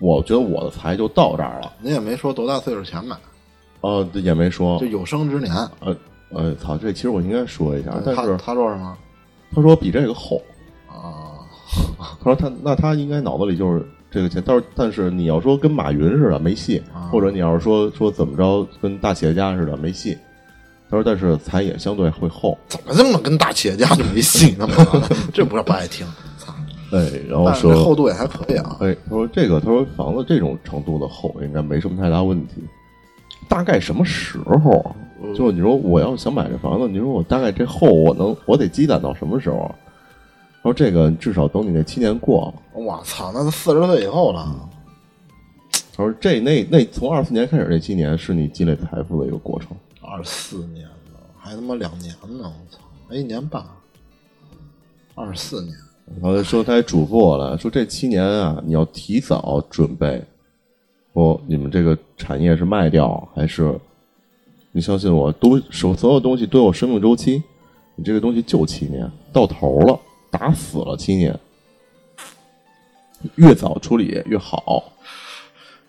[SPEAKER 2] 我觉得我的财就到这儿了。
[SPEAKER 1] 你也没说多大岁数前买，
[SPEAKER 2] 呃，也没说
[SPEAKER 1] 就，有生之年。
[SPEAKER 2] 呃呃，操，这其实我应该说一下，但
[SPEAKER 1] 啊他
[SPEAKER 2] 是
[SPEAKER 1] 他说什么？
[SPEAKER 2] 他说比这个厚，
[SPEAKER 1] 啊，
[SPEAKER 2] 他说他那他应该脑子里就是这个钱，但是但是你要说跟马云似的没戏，
[SPEAKER 1] 啊
[SPEAKER 2] 或者你要是说说怎么着跟大企业家似的没戏，他说但是财也相对会厚，
[SPEAKER 1] 怎么这么跟大企业家就没戏呢？ [LAUGHS] 这不是不爱听，操！
[SPEAKER 2] 哎，然后
[SPEAKER 1] 但是这厚
[SPEAKER 2] 说
[SPEAKER 1] 度也还可以啊。
[SPEAKER 2] 哎，他说这个他说房子这种程度的厚应该没什么太大问题，大概什么时候啊？
[SPEAKER 1] 嗯
[SPEAKER 2] 就你说我要想买这房子，你说我大概这厚我能我得积攒到什么时候啊？他说这个至少等你那七年过了。
[SPEAKER 1] 我操，那都四十岁以后了，
[SPEAKER 2] 他说这那那从二四年开始这七年是你积累财富的一个过程。
[SPEAKER 1] 二四年了，还他妈两年呢，我操，哎还一年半，二四年，
[SPEAKER 2] 然后说他还嘱咐我了，说这七年啊，你要提早准备，说你们这个产业是卖掉还是？你相信我，都所所有东西都有生命周期，你这个东西就七年，到头了，打死了七年。越早处理越好，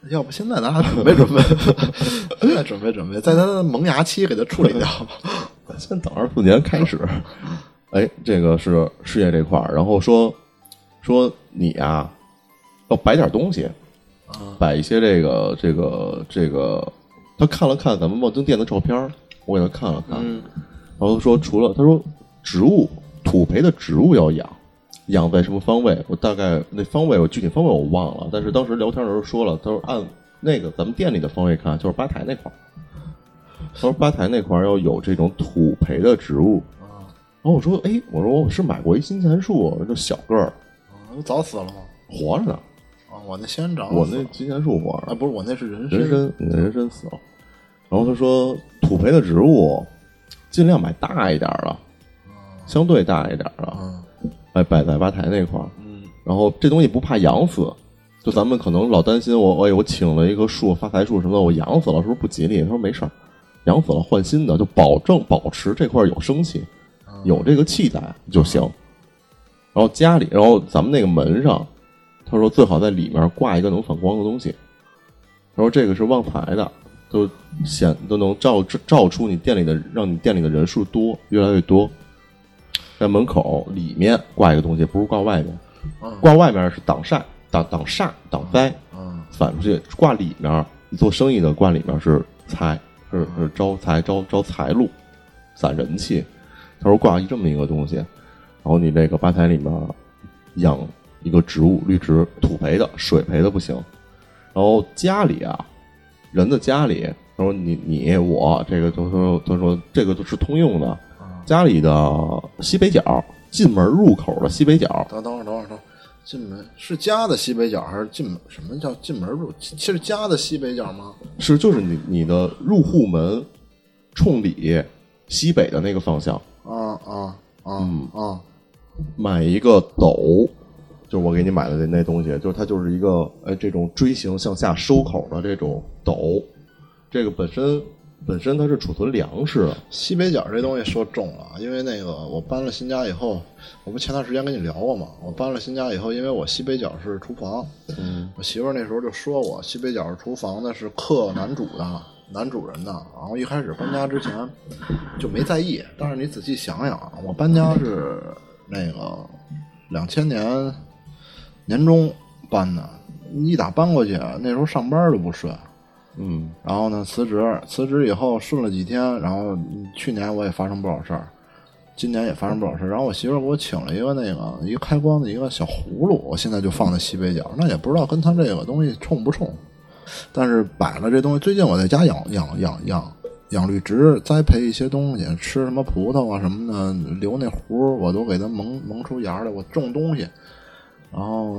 [SPEAKER 1] 要不现在咱还准备准备， [LAUGHS] 现在准备准备，在他的萌芽期给他处理掉。
[SPEAKER 2] 先等二四年开始。哎，这个是事业这块儿，然后说说你啊，要摆点东西，摆一些这个这个这个。他看了看咱们望京店的照片儿，我给他看了看，
[SPEAKER 1] 嗯，
[SPEAKER 2] 然后说除了他说植物土培的植物要养，养在什么方位？我大概那方位我具体方位我忘了，但是当时聊天的时候说了，他说按那个咱们店里的方位看，就是吧台那块儿。他说吧台那块儿要有这种土培的植物。然后我说，哎，我说我是买过一金蚕树，就小个儿，
[SPEAKER 1] [LAUGHS] 我早死了吗？
[SPEAKER 2] 活着呢。
[SPEAKER 1] 啊，我那仙人掌死了，
[SPEAKER 2] 我那金蚕树活着
[SPEAKER 1] 啊，
[SPEAKER 2] 呢
[SPEAKER 1] 不是我那是人参，
[SPEAKER 2] 人参，你的人参死了。然后他说，土培的植物尽量买大一点儿的，相对大一点儿的，
[SPEAKER 1] 嗯
[SPEAKER 2] 哎，摆在吧台那块儿。
[SPEAKER 1] 嗯
[SPEAKER 2] 然后这东西不怕养死，就咱们可能老担心我，哎，我请了一棵树，发财树什么的，我养死了是不是不吉利？他说没事儿，养死了换新的，就保证保持这块儿有生气，
[SPEAKER 1] 嗯
[SPEAKER 2] 有这个气在就行。然后家里，然后咱们那个门上，他说最好在里面挂一个能反光的东西。他说这个是旺财的，都显都能照照出你店里的，让你店里的人数多，越来越多。在门口里面挂一个东西，不是挂外面。
[SPEAKER 1] 嗯
[SPEAKER 2] 挂外面是挡晒、挡挡煞、挡灾，
[SPEAKER 1] 嗯
[SPEAKER 2] 反出去挂里面，你做生意的挂里面是财，是是招财、招招财路，攒人气。他说挂这么一个东西，然后你这个吧台里面养一个植物，绿植，土培的、水培的不行。然后家里啊，人的家里，他说你你我这个都说他说这个都是通用的，家里的西北角，进门入口的西北角，
[SPEAKER 1] 等等会儿等会儿等会儿，进门是家的西北角还是进门？什么叫进门入？其实家的西北角吗？
[SPEAKER 2] 是就是你你的入户门冲里西北的那个方向，
[SPEAKER 1] 啊啊啊啊！
[SPEAKER 2] 买一个斗，就是我给你买的那那东西，就是它就是一个哎这种锥形向下收口的这种斗，这个本身本身它是储存粮食的，
[SPEAKER 1] 西北角这东西说重了，啊因为那个我搬了新家以后，我不前段时间跟你聊过吗？我搬了新家以后，因为我西北角是厨房，
[SPEAKER 2] 嗯，
[SPEAKER 1] 我媳妇儿那时候就说我西北角是厨房的是克男主的男主人的，然后一开始搬家之前就没在意，但是你仔细想想啊，我搬家是那个两千年年中搬的，一打搬过去啊那时候上班都不顺，
[SPEAKER 2] 嗯，
[SPEAKER 1] 然后呢，辞职，辞职以后顺了几天，然后去年我也发生不少事儿，今年也发生不少事儿。然后我媳妇儿给我请了一个那个一个开光的一个小葫芦，我现在就放在西北角，那也不知道跟它这个东西冲不冲，但是摆了这东西。最近我在家养养养养养绿植，栽培一些东西，吃什么葡萄啊什么的，留那核我都给它萌萌出芽来，我种东西，然后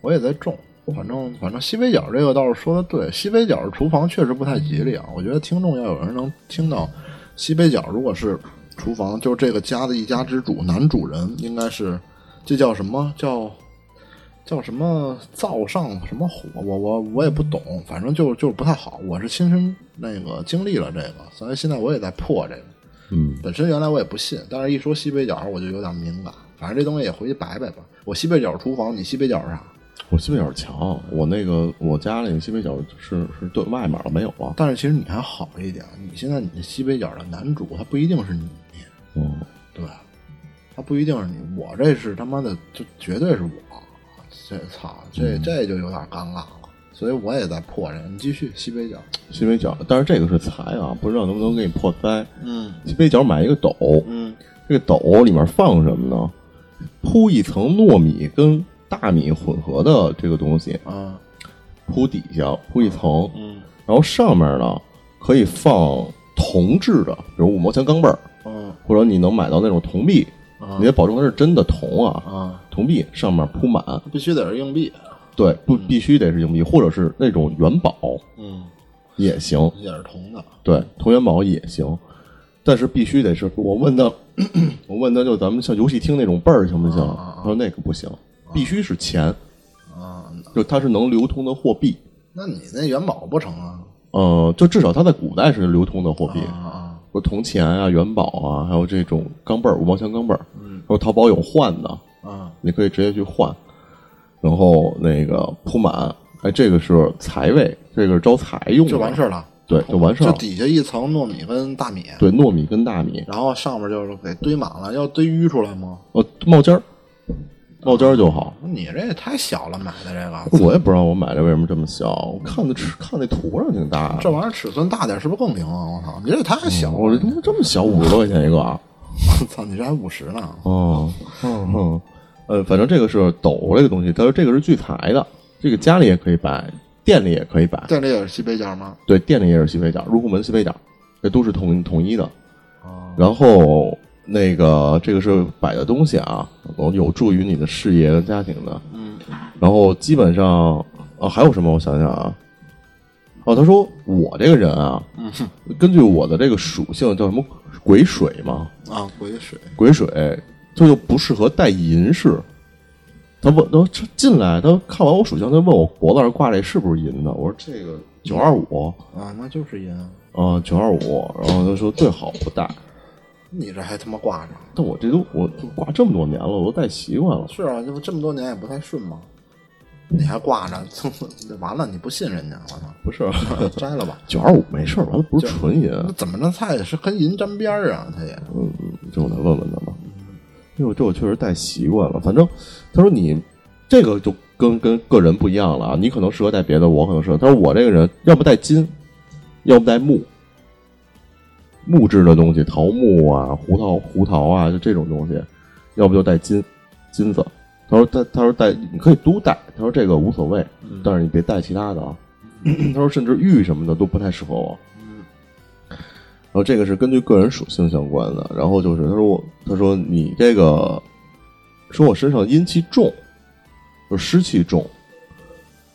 [SPEAKER 1] 我也在种。反正反正西北角这个倒是说的对，西北角厨房确实不太吉利啊。我觉得听众要有人能听到西北角，如果是厨房，就是这个家的一家之主，男主人应该是这叫什么叫叫什么灶上什么火，我我我也不懂，反正就就是不太好。我是亲身那个经历了这个，所以现在我也在破这个。
[SPEAKER 2] 嗯，
[SPEAKER 1] 本身原来我也不信，但是一说西北角我就有点敏感。反正这东西也回去摆摆吧。我西北角厨房，你西北角是啥？
[SPEAKER 2] 我西北角强，我那个我家那个西北角是是对外面了没有了，
[SPEAKER 1] 但是其实你还好一点，你现在你的西北角的男主他不一定是你，
[SPEAKER 2] 嗯，
[SPEAKER 1] 对吧，他不一定是你，我这是他妈的，就绝对是我，这操，这这就有点尴尬了，所以我也在破这，你继续西北角，
[SPEAKER 2] 西北角，但是这个是财啊，不知道能不能给你破灾。
[SPEAKER 1] 嗯
[SPEAKER 2] 西北角买一个斗，
[SPEAKER 1] 嗯
[SPEAKER 2] 这个斗里面放什么呢？铺一层糯米跟大米混合的这个东西，
[SPEAKER 1] 啊
[SPEAKER 2] 铺底下铺一层，
[SPEAKER 1] 嗯
[SPEAKER 2] 然后上面呢可以放铜制的，比如五毛钱钢镚儿，
[SPEAKER 1] 嗯
[SPEAKER 2] 或者你能买到那种铜币，你得保证它是真的铜啊，
[SPEAKER 1] 啊，
[SPEAKER 2] 铜币上面铺满，
[SPEAKER 1] 必须得是硬币，啊
[SPEAKER 2] 对，不必须得是硬币，或者是那种元宝
[SPEAKER 1] 嗯，
[SPEAKER 2] 也行，
[SPEAKER 1] 也是铜的，
[SPEAKER 2] 对，铜元宝也行，但是必须得是我问他， [CLEARS THROAT] 我问他就咱们像游戏厅那种倍儿行不行？他说那个不行，必须是钱，
[SPEAKER 1] 啊，
[SPEAKER 2] 就它是能流通的货币。
[SPEAKER 1] 那你那元宝不成啊？
[SPEAKER 2] 呃，就至少它在古代是流通的货币，
[SPEAKER 1] 啊啊，嗯
[SPEAKER 2] 说铜钱啊、元宝啊，还有这种钢镚儿、五毛钱钢镚儿。然或者淘宝有换的，
[SPEAKER 1] 啊，
[SPEAKER 2] 你可以直接去换。然后那个铺满，哎，这个是财位，这个是招财用的，
[SPEAKER 1] 就完事儿了，
[SPEAKER 2] 对，就完事儿
[SPEAKER 1] 就
[SPEAKER 2] 了。
[SPEAKER 1] 底下一层糯米跟大米，
[SPEAKER 2] 对，糯米跟大米，
[SPEAKER 1] 然后上面就是给堆满了，要堆淤出来吗？
[SPEAKER 2] 呃，冒尖儿，冒尖儿就好。
[SPEAKER 1] 你这也太小了，买的这个，
[SPEAKER 2] 我也不知道我买的为什么这么小，我看的尺看那图上挺大
[SPEAKER 1] 这
[SPEAKER 2] 的，
[SPEAKER 1] 玩意儿尺寸大点是不是更灵啊？我操，你这也太小
[SPEAKER 2] 嗯我
[SPEAKER 1] 了
[SPEAKER 2] 这！他妈这么小，五十多块钱一个啊！
[SPEAKER 1] 我 [LAUGHS] 操，你这还五十呢？
[SPEAKER 2] 哦，嗯嗯，呃，反正这个是斗这个东西，他说这个是聚财的，这个家里也可以摆，店里也可以摆，
[SPEAKER 1] 店里也是西北角吗？
[SPEAKER 2] 对，店里也是西北角，入户门西北角，这都是统统一的。
[SPEAKER 1] 啊，
[SPEAKER 2] 然后那个这个是摆的东西啊，有助于你的事业跟家庭的。
[SPEAKER 1] 嗯，
[SPEAKER 2] 然后基本上啊，还有什么？我想想啊，哦，他说我这个人啊，根据我的这个属性叫什么癸水嘛，
[SPEAKER 1] 啊，鬼水
[SPEAKER 2] 癸水他就不适合带银饰。他问，他这进来，他看完我属相，他问我脖子上挂这是不是银的？我说这个九二五
[SPEAKER 1] 啊，那就是银啊。
[SPEAKER 2] 啊，九二五。然后他说最好不带，
[SPEAKER 1] 你这还他妈挂着？
[SPEAKER 2] 但我这都我就挂这么多年了，我都戴习惯了。
[SPEAKER 1] 是啊，这不这么多年也不太顺吗？你还挂着， [LAUGHS] 完了，你不信人家，我操！
[SPEAKER 2] 不是啊
[SPEAKER 1] [LAUGHS] 摘了吧？
[SPEAKER 2] 九二五没事儿，完了不是纯银，
[SPEAKER 1] 那怎么着，它也是跟银沾边儿啊，它也
[SPEAKER 2] 嗯，这我得问问他吧。因为我这我确实戴习惯了，反正他说你这个就跟跟个人不一样了啊，你可能适合戴别的，我可能适合。他说我这个人要不戴金，要不戴木，木质的东西，桃木啊、胡桃、胡桃啊，就这种东西，要不就戴金金子。他说他他说戴你可以都戴，他说这个无所谓，但是你别戴其他的啊。他说甚至玉什么的都不太适合我。然后这个是根据个人属性相关的，然后就是他说我他说你这个说我身上阴气重，就是湿气重，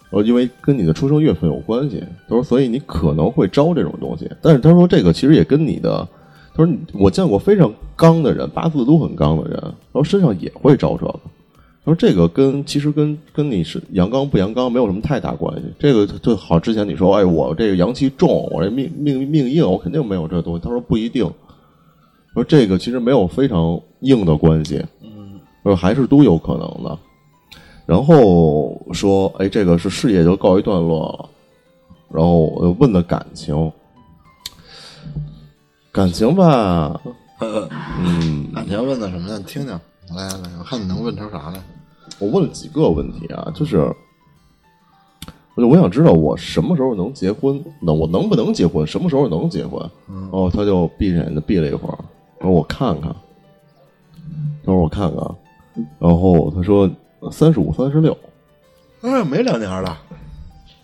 [SPEAKER 2] 呃，因为跟你的出生月份有关系。他说，所以你可能会招这种东西。但是他说，这个其实也跟你的，他说你我见过非常刚的人，八字都很刚的人，然后身上也会招这个。他说这个跟其实跟跟你是阳刚不阳刚没有什么太大关系。这个就好之前你说，哎，我这个阳气重，我这命命命硬，我肯定没有这东西。他说不一定。说这个其实没有非常硬的关系，嗯，还是都有可能的。然后说，哎，这个是事业就告一段落了。然后我就问的感情，感情吧，嗯，
[SPEAKER 1] 感情问的什么呀？你听听，来来来，我看你能问成啥来。
[SPEAKER 2] 我问了几个问题啊，就是，我就我想知道我什么时候能结婚，那我能不能结婚，什么时候能结婚？哦，他就闭着眼睛闭了一会儿，他说我看看，他说我看看，然后他说三十五、三十六，
[SPEAKER 1] 哎，没两年了，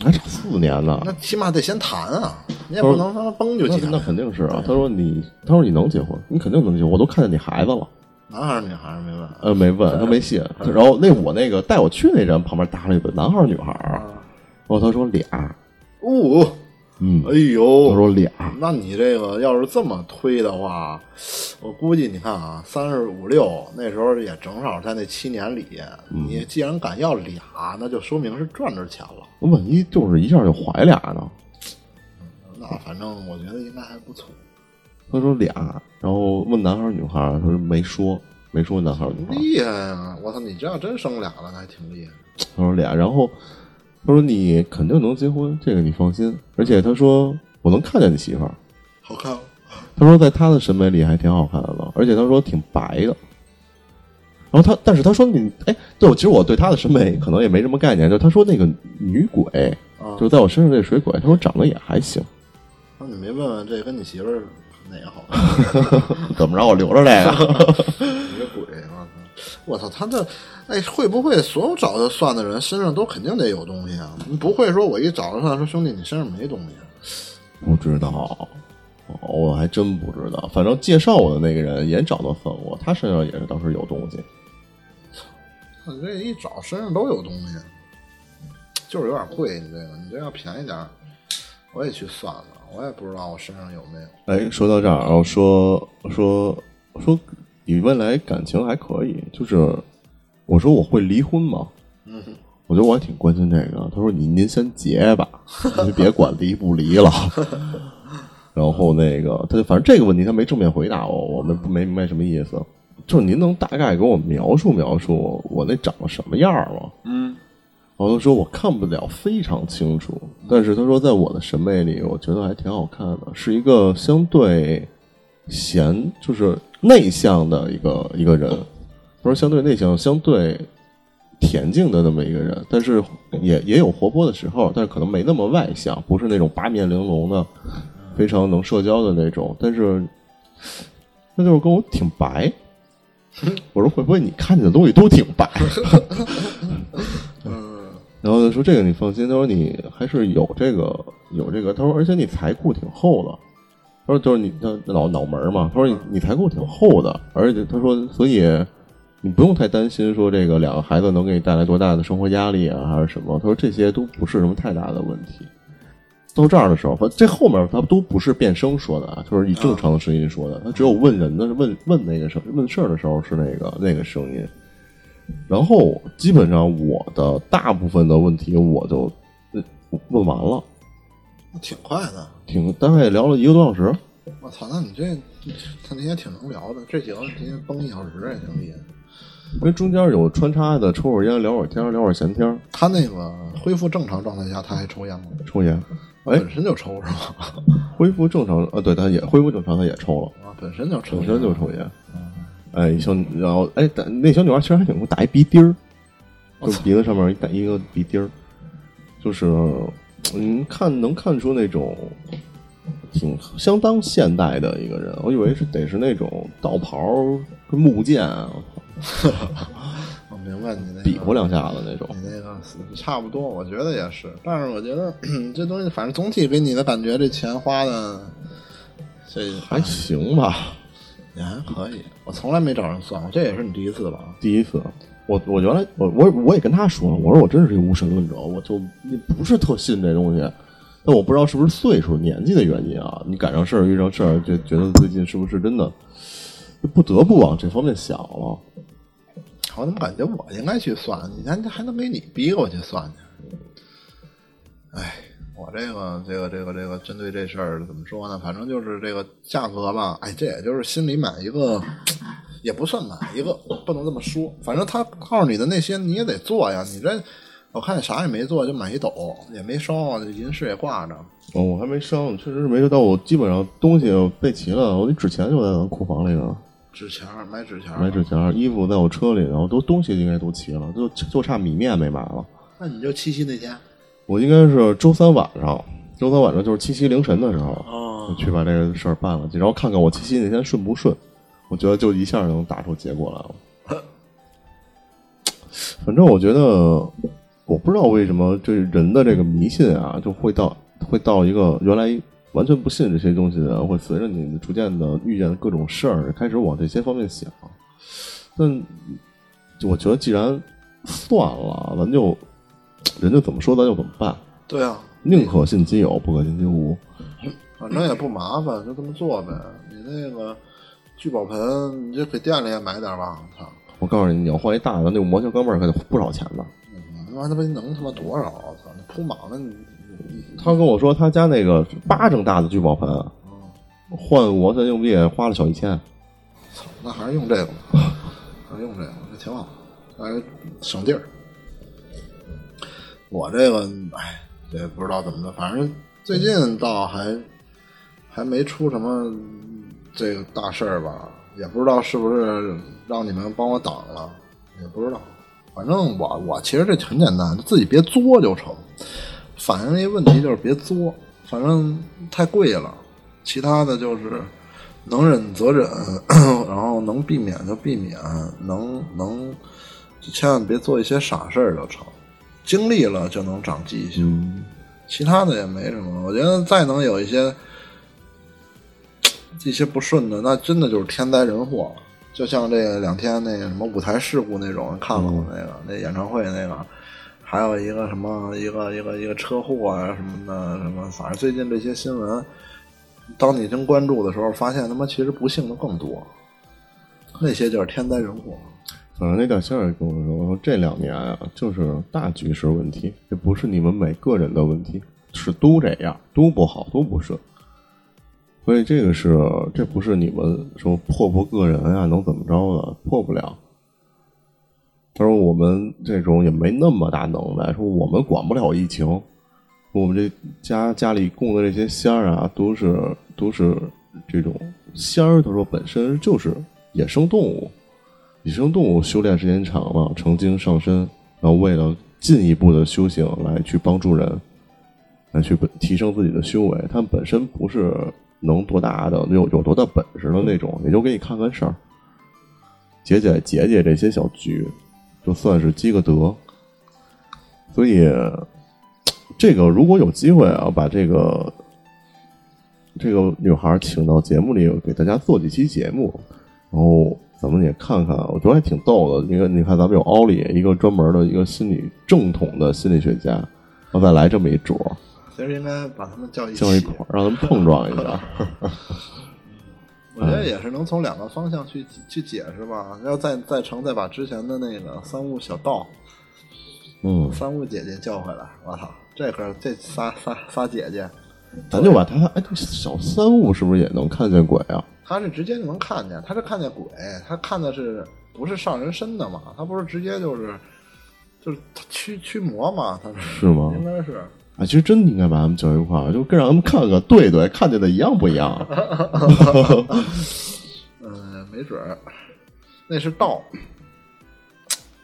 [SPEAKER 2] 还差四年呢。
[SPEAKER 1] 那起码得先谈啊，你也不能他妈崩就
[SPEAKER 2] 那
[SPEAKER 1] 结
[SPEAKER 2] 那
[SPEAKER 1] 了。
[SPEAKER 2] 肯定是啊，他说你，他说你能结婚，你肯定能结婚，我都看见你孩子了。
[SPEAKER 1] 男孩儿女孩儿没问啊
[SPEAKER 2] 呃，没问，他没信。然后那我那个带我去那人旁边搭了一个男孩儿女孩儿，然后他说俩，
[SPEAKER 1] 哦，
[SPEAKER 2] 嗯，
[SPEAKER 1] 哎呦，
[SPEAKER 2] 他说俩，
[SPEAKER 1] 那你这个要是这么推的话，我估计你看啊，三十五六那时候也正好在那七年里，
[SPEAKER 2] 嗯
[SPEAKER 1] 你既然敢要俩，那就说明是赚着钱了。
[SPEAKER 2] 万一就是一下就怀俩呢？
[SPEAKER 1] 那反正我觉得应该还不错。
[SPEAKER 2] 他说俩，然后问男孩儿女孩儿，他说没说，没说男孩儿女孩儿，
[SPEAKER 1] 厉害啊！我操，你这要真生俩了，那还挺厉害。
[SPEAKER 2] 他说俩，然后他说你肯定能结婚，这个你放心，而且他说我能看见你媳妇儿，
[SPEAKER 1] 好看吗？
[SPEAKER 2] 他说在他的审美里还挺好看的，而且他说挺白的。然后他，但是他说你，哎，对，我其实我对他的审美可能也没什么概念。就他说那个女鬼，
[SPEAKER 1] 啊，
[SPEAKER 2] 就在我身上这水鬼，他说长得也还行。
[SPEAKER 1] 那你没问问这跟你媳妇儿哪个好看？
[SPEAKER 2] 怎么着，我留着这啊个？
[SPEAKER 1] 你个鬼！我操！我操！他这，哎，会不会所有找他算的人身上都肯定得有东西啊？不会说我一找他算说兄弟你身上没东西啊、
[SPEAKER 2] 不知道，哦我还真不知道。反正介绍我的那个人也找到算过，他身上也是当时有东西。
[SPEAKER 1] 你这一找身上都有东西，就是有点贵。你这个，你这要便宜点儿，我也去算了，我也不知道我身上有没有。
[SPEAKER 2] 哎，说到这儿，然后说说说你未来感情还可以，就是我说我会离婚吗？
[SPEAKER 1] 嗯，
[SPEAKER 2] 我觉得我还挺关心这个。他说你您先结吧，您别管离不离了。 [LAUGHS] 然后那个，他就反正这个问题他没正面回答我，我们不没明白什么意思。就是您能大概给我描述描述我那长得什么样儿吗？
[SPEAKER 1] 嗯，
[SPEAKER 2] 然后他说我看不了非常清楚，但是他说在我的审美里，我觉得还挺好看的，是一个相对闲，就是内向的一个一个人。他说相对内向，相对恬静的那么一个人，但是也也有活泼的时候，但是可能没那么外向，不是那种八面玲珑的，非常能社交的那种。但是那就是跟我挺白。我说会不会你看见的东西都挺白？然后他说这个你放心，他说你还是有这个有这个，他说而且你财库挺厚的，他说就是你那脑脑门儿嘛，他说你你财库挺厚的，而且他说所以你不用太担心说这个两个孩子能给你带来多大的生活压力啊还是什么，他说这些都不是什么太大的问题。到这儿的时候，这后面他都不是变声说的啊，就是以正常的声音说的，他只有问人的问问那个声问事儿的时候是那个那个声音。然后基本上我的大部分的问题我就呃问完了，
[SPEAKER 1] 挺快的。
[SPEAKER 2] 挺大概聊了一个多小时。
[SPEAKER 1] 我操，那你这他那也挺能聊的，这几个直接崩一小时也挺厉害。
[SPEAKER 2] 因为中间有穿插的抽会儿烟、聊会儿天、聊会儿闲天儿、
[SPEAKER 1] 他那个恢复正常状态下，他还抽烟吗？
[SPEAKER 2] 抽烟。哎，
[SPEAKER 1] 本身就抽是吧？
[SPEAKER 2] 恢复正常啊，对，他也恢复正常，他也抽了，
[SPEAKER 1] 啊，本身就抽，
[SPEAKER 2] 本身就。抽烟。
[SPEAKER 1] 嗯
[SPEAKER 2] 哎，小然后哎，但那小女孩其实还挺酷，打一鼻钉儿，
[SPEAKER 1] 我
[SPEAKER 2] 就
[SPEAKER 1] 操
[SPEAKER 2] 鼻子上面一打一个鼻钉儿，就是嗯，看能看出那种挺相当现代的一个人，我以为是得是那种道袍儿跟木剑啊
[SPEAKER 1] 我明白你那个
[SPEAKER 2] 比划两下子那种。
[SPEAKER 1] 你那个差不多，我觉得也是。但是我觉得 [CLEARS THROAT] 这东西，反正总体给你的感觉，这钱花的这
[SPEAKER 2] 还行吧，
[SPEAKER 1] 也还可以。我从来没找人算过，这也是你第一次吧？
[SPEAKER 2] 第一次。我我原来我我我也跟他说了，我说我真是一无神论者，我就不是特信这东西，但我不知道是不是岁数年纪的原因啊，你赶上事儿遇上事儿，就觉得最近是不是真的就不得不往这方面想了。
[SPEAKER 1] 我怎么感觉我应该去算？你看这还能给你逼我去算去？哎，我这个这个这个这个针对这事儿怎么说呢？反正就是这个价格吧，哎，这也就是心里买一个，也不算买一个，不能这么说。反正他告诉你的那些你也得做呀，你这。我看啥也没做，就买一斗，也没烧，啊这银饰也挂着。
[SPEAKER 2] 哦，我还没上，确实是没到，但我基本上东西备齐了，我那纸钱就在咱库房里呢，
[SPEAKER 1] 纸钱儿买纸钱儿，
[SPEAKER 2] 买纸钱，衣服在我车里，然后都东西应该都齐了，就就差米面没买了。
[SPEAKER 1] 那你就七夕那天
[SPEAKER 2] 我应该是周三晚上，周三晚上就是七夕凌晨的时候，
[SPEAKER 1] 哦
[SPEAKER 2] 就去把这个事儿办了去，然后看看我七夕那天顺不顺。我觉得就一下就能打出结果来了。反正我觉得，我不知道为什么这人的这个迷信啊，就会到会到一个原来完全不信这些东西的人，会随着你逐渐的遇见各种事儿，开始往这些方面想。但我觉得，既然算了，咱就人家怎么说咱就怎么办，
[SPEAKER 1] 对啊，
[SPEAKER 2] 宁可信其有，不可信其无。
[SPEAKER 1] 反正也不麻烦，就这么做呗。你那个聚宝盆，你就给店里也买点吧。我操，
[SPEAKER 2] 我告诉你，你要换一大的，那磨枪钢镚儿可得不少钱呢。
[SPEAKER 1] 你嗯他妈他妈能他妈多少？我操，那铺满了你，你
[SPEAKER 2] 他跟我说，他家那个巴掌大的聚宝盆，啊换我算硬币花了小一千。
[SPEAKER 1] 操，那还是用这个吧，还是用这个，这挺好，还是省地儿。我这个，哎，也不知道怎么的，反正最近倒还还没出什么这个大事儿吧，也不知道是不是让你们帮我挡了，也不知道。反正我我其实这很简单，自己别作就成。反正这问题就是别作，反正太贵了。其他的就是能忍则忍，然后能避免就避免，能能就千万别做一些傻事儿就成。经历了就能长记性。
[SPEAKER 2] 嗯，
[SPEAKER 1] 其他的也没什么。我觉得再能有一些一些不顺的，那真的就是天灾人祸了。就像这个两天那个什么舞台事故那种，看了我那个、那演唱会那个，还有一个什么一个一个一个车祸啊什么的什么，反正最近这些新闻，当你真关注的时候，发现他妈其实不幸的更多。那些就是天灾人祸，
[SPEAKER 2] 反正那大仙儿也跟我说，说这两年啊，就是大局势问题，这不是你们每个人的问题，是都这样，都不好，都不顺。所以这个是这不是你们说破破个人啊，能怎么着的？破不了。他说我们这种也没那么大能耐，说我们管不了疫情，我们这家家里供的这些仙儿啊，都是都是这种仙儿。他说本身就是野生动物，野生动物修炼时间长了，成精上身，然后为了进一步的修行来去帮助人，来去本提升自己的修为，他们本身不是能多大的有有多大本事的那种，也就给你看看事儿，解解解解这些小局，就算是积个德。所以，这个如果有机会啊，把这个这个女孩请到节目里，给大家做几期节目，然后咱们也看看，我觉得还挺逗的。因为你看，咱们有奥利，一个专门的一个心理正统的心理学家，然后再来这么一主儿，
[SPEAKER 1] 其实应该把他们叫一起
[SPEAKER 2] 叫一块儿，让他们碰撞一下。
[SPEAKER 1] 我觉得也是能从两个方向去去解释吧。要再再成，再把之前的那个三雾小道、
[SPEAKER 2] 嗯，
[SPEAKER 1] 三雾姐姐叫回来，我操，这可这仨仨仨姐姐，
[SPEAKER 2] 咱就把他哎，这小三物是不是也能看见鬼啊？
[SPEAKER 1] 她是直接就能看见，她是看见鬼，她看的是不是上人身的嘛？她不是直接就是就是驱驱魔嘛？她是
[SPEAKER 2] 是吗？
[SPEAKER 1] 应该是。
[SPEAKER 2] 啊，其实真应该把他们叫一块儿，就跟让他们看看对对，看见的一样不一样？ [LAUGHS]
[SPEAKER 1] 嗯，没准儿，那是道，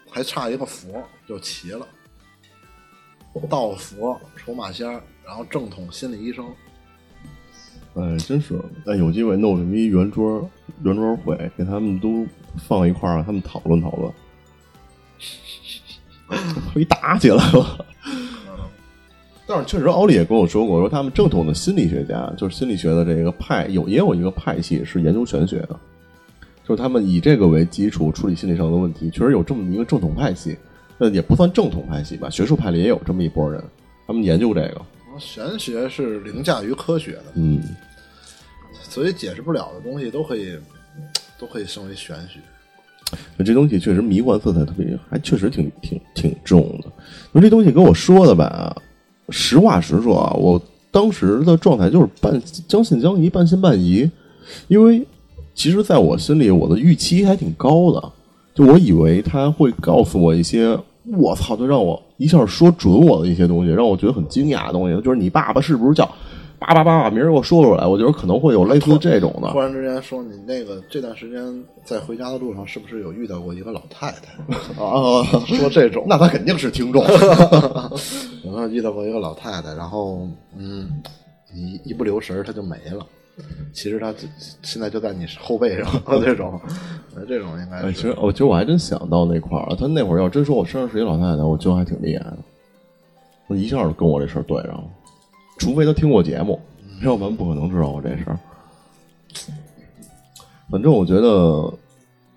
[SPEAKER 1] 还差一个佛就齐了。道佛筹马仙儿，然后正统心理医生，
[SPEAKER 2] 哎，真是！哎，有机会弄这么一圆桌圆桌会，给他们都放一块儿，让他们讨论讨论。 [LAUGHS] 一打起来了。但是确实，奥利也跟我说过，说他们正统的心理学家，就是心理学的这个派，有也有一个派系是研究玄学的，就是他们以这个为基础处理心理上的问题。确实有这么一个正统派系，呃，也不算正统派系吧，学术派里也有这么一波人，他们研究这个。
[SPEAKER 1] 然后玄学是凌驾于科学的，
[SPEAKER 2] 嗯，
[SPEAKER 1] 所以解释不了的东西都可以，都可以升为玄学。
[SPEAKER 2] 这东西确实迷幻色彩特别，还确实挺挺挺重的。那这东西跟我说的吧，实话实说啊，我当时的状态就是半将信将疑，半信半疑，因为其实在我心里，我的预期还挺高的，就我以为他会告诉我一些。我操！就让我一下说准我的一些东西，让我觉得很惊讶的东西，就是你爸爸是不是叫叭叭叭叭，明儿给我说出来，我觉得可能会有类似这种的
[SPEAKER 1] 突。然之间说你那个这段时间在回家的路上是不是有遇到过一个老太
[SPEAKER 2] [LAUGHS]
[SPEAKER 1] 太？
[SPEAKER 2] 啊，
[SPEAKER 1] 说这种，
[SPEAKER 2] 那他肯定是
[SPEAKER 1] [LAUGHS]
[SPEAKER 2] 听众。 [LAUGHS]
[SPEAKER 1] 有没有遇到过一个老太太，然后嗯，你一不留神儿她就没了。其实她就现在就在你后背上这
[SPEAKER 2] [LAUGHS]
[SPEAKER 1] 种，呃这种应该
[SPEAKER 2] 哎，其
[SPEAKER 1] 是
[SPEAKER 2] 实我其实我还真想到那块儿了。他那会儿要真说我身上是一老太太，我觉得还挺厉害的。我一下就跟我这事儿对上了，除非他听过节目，要不然不可能知道我这事儿。反正我觉得，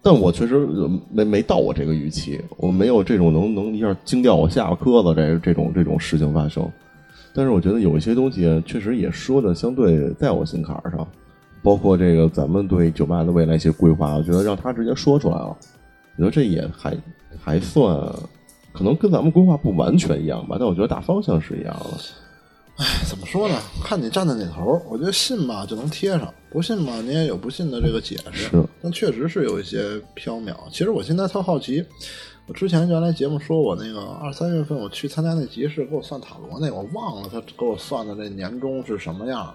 [SPEAKER 2] 但我确实呃没没到我这个预期，我没有这种能能一下惊掉我下巴磕子这这种这种事情发生。但是我觉得有一些东西确实也说的相对在我心坎儿上，包括这个咱们对酒吧的未来一些规划，我觉得让他直接说出来了，我觉得这也还还算，可能跟咱们规划不完全一样吧，但我觉得大方向是一样的。
[SPEAKER 1] 怎么说呢？看你站在哪头儿，我觉得信吧就能贴上，不信吧你也有不信的这个解释。
[SPEAKER 2] 是，
[SPEAKER 1] 但确实是有一些缥缈。其实我现在特好奇，我之前原来节目说我那个二三月份我去参加那集市给我算塔罗那个，我忘了他给我算的这年终是什么样儿。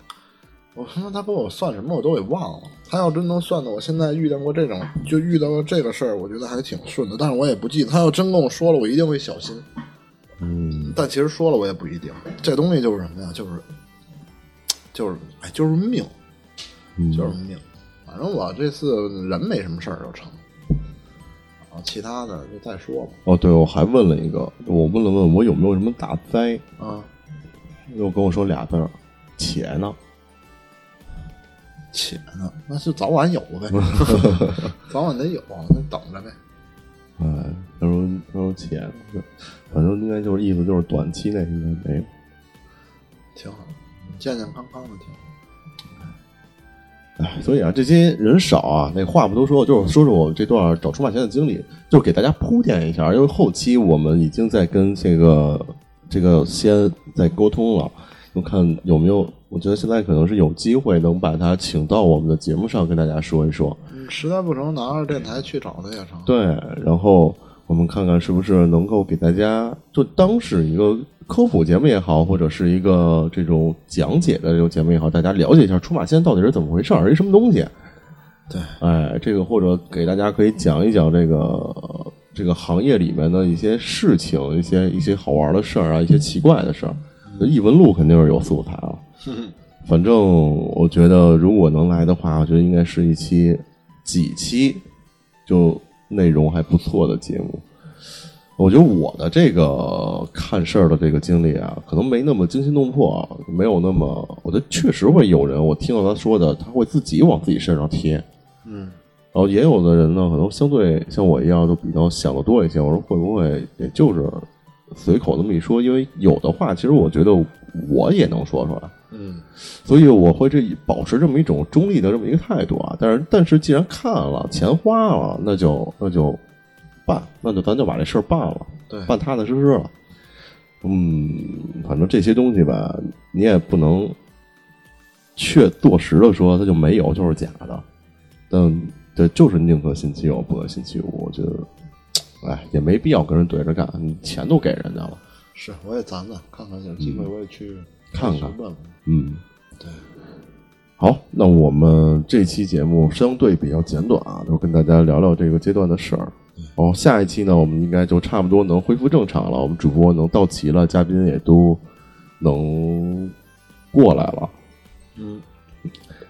[SPEAKER 1] 我他妈他给我算什么我都给忘了。他要真能算的，我现在遇到过这种就遇到过这个事儿，我觉得还挺顺的。但是我也不记得，他要真跟我说了，我一定会小心。
[SPEAKER 2] 嗯，
[SPEAKER 1] 但其实说了我也不一定。这东西就是什么呀？就是就是哎，就是命，
[SPEAKER 2] 嗯
[SPEAKER 1] 就是命。反正我这次人没什么事儿就成，啊，其他的就再说吧。
[SPEAKER 2] 哦，对，我还问了一个，我问了问我有没有什么大灾，
[SPEAKER 1] 啊，
[SPEAKER 2] 又跟我说俩字儿，且呢。
[SPEAKER 1] 且呢，那就早晚有 [LAUGHS] 呗，早晚得有，啊那等着呗。
[SPEAKER 2] 哎，他说他说且呢，反正应该就是意思就是短期内应该没有。
[SPEAKER 1] 挺好，健健康康的挺好。
[SPEAKER 2] 哎，所以啊，这些人少啊，那话不多说，就是说说我这段找出马前的经历，就是给大家铺垫一下，因为后期我们已经在跟这个这个先在沟通了，我看有没有，我觉得现在可能是有机会能把他请到我们的节目上跟大家说一说。
[SPEAKER 1] 嗯实在不成，拿着电台去找他也成。
[SPEAKER 2] 对，然后我们看看是不是能够给大家就当是一个科普节目也好，或者是一个这种讲解的这种节目也好，大家了解一下出马仙到底是怎么回事儿，是一什么东西。啊
[SPEAKER 1] 对，
[SPEAKER 2] 哎，这个或者给大家可以讲一讲这个呃这个行业里面的一些事情，一些一些好玩的事儿啊，一些奇怪的事儿。异闻录肯定是有素材啊。反正我觉得，如果能来的话，我觉得应该是一期几期就内容还不错的节目。我觉得我的这个看事儿的这个经历啊，可能没那么惊心动魄，啊，没有那么，我觉得确实会有人，我听到他说的，他会自己往自己身上贴。
[SPEAKER 1] 嗯，
[SPEAKER 2] 然后也有的人呢，可能相对像我一样，就比较想的多一些。我说会不会也就是随口那么一说？因为有的话，其实我觉得我也能说出来。
[SPEAKER 1] 嗯，
[SPEAKER 2] 所以我会这保持这么一种中立的这么一个态度啊。但是，但是既然看了，钱花了，那就那就办，那就咱就把这事儿办了，
[SPEAKER 1] 对，
[SPEAKER 2] 办踏踏实实了。嗯，反正这些东西吧，你也不能确坐实的说它就没有，就是假的。但对，就是宁可信其有，不可信其无。我觉得，哎，也没必要跟人对着干，你钱都给人家了。
[SPEAKER 1] 是，我也攒攒，看看有机会我也去
[SPEAKER 2] 看看
[SPEAKER 1] 问问。
[SPEAKER 2] 嗯，
[SPEAKER 1] 对，
[SPEAKER 2] 好，那我们这期节目相对比较简短啊，都跟大家聊聊这个阶段的事儿。然后下一期呢，我们应该就差不多能恢复正常了，我们主播能到齐了，嘉宾也都能过来了。
[SPEAKER 1] 嗯，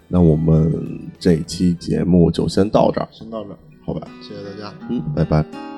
[SPEAKER 2] 那我们这期节目就先到这儿，
[SPEAKER 1] 先到这儿，
[SPEAKER 2] 好吧？
[SPEAKER 1] 谢谢大家。
[SPEAKER 2] 嗯，拜拜。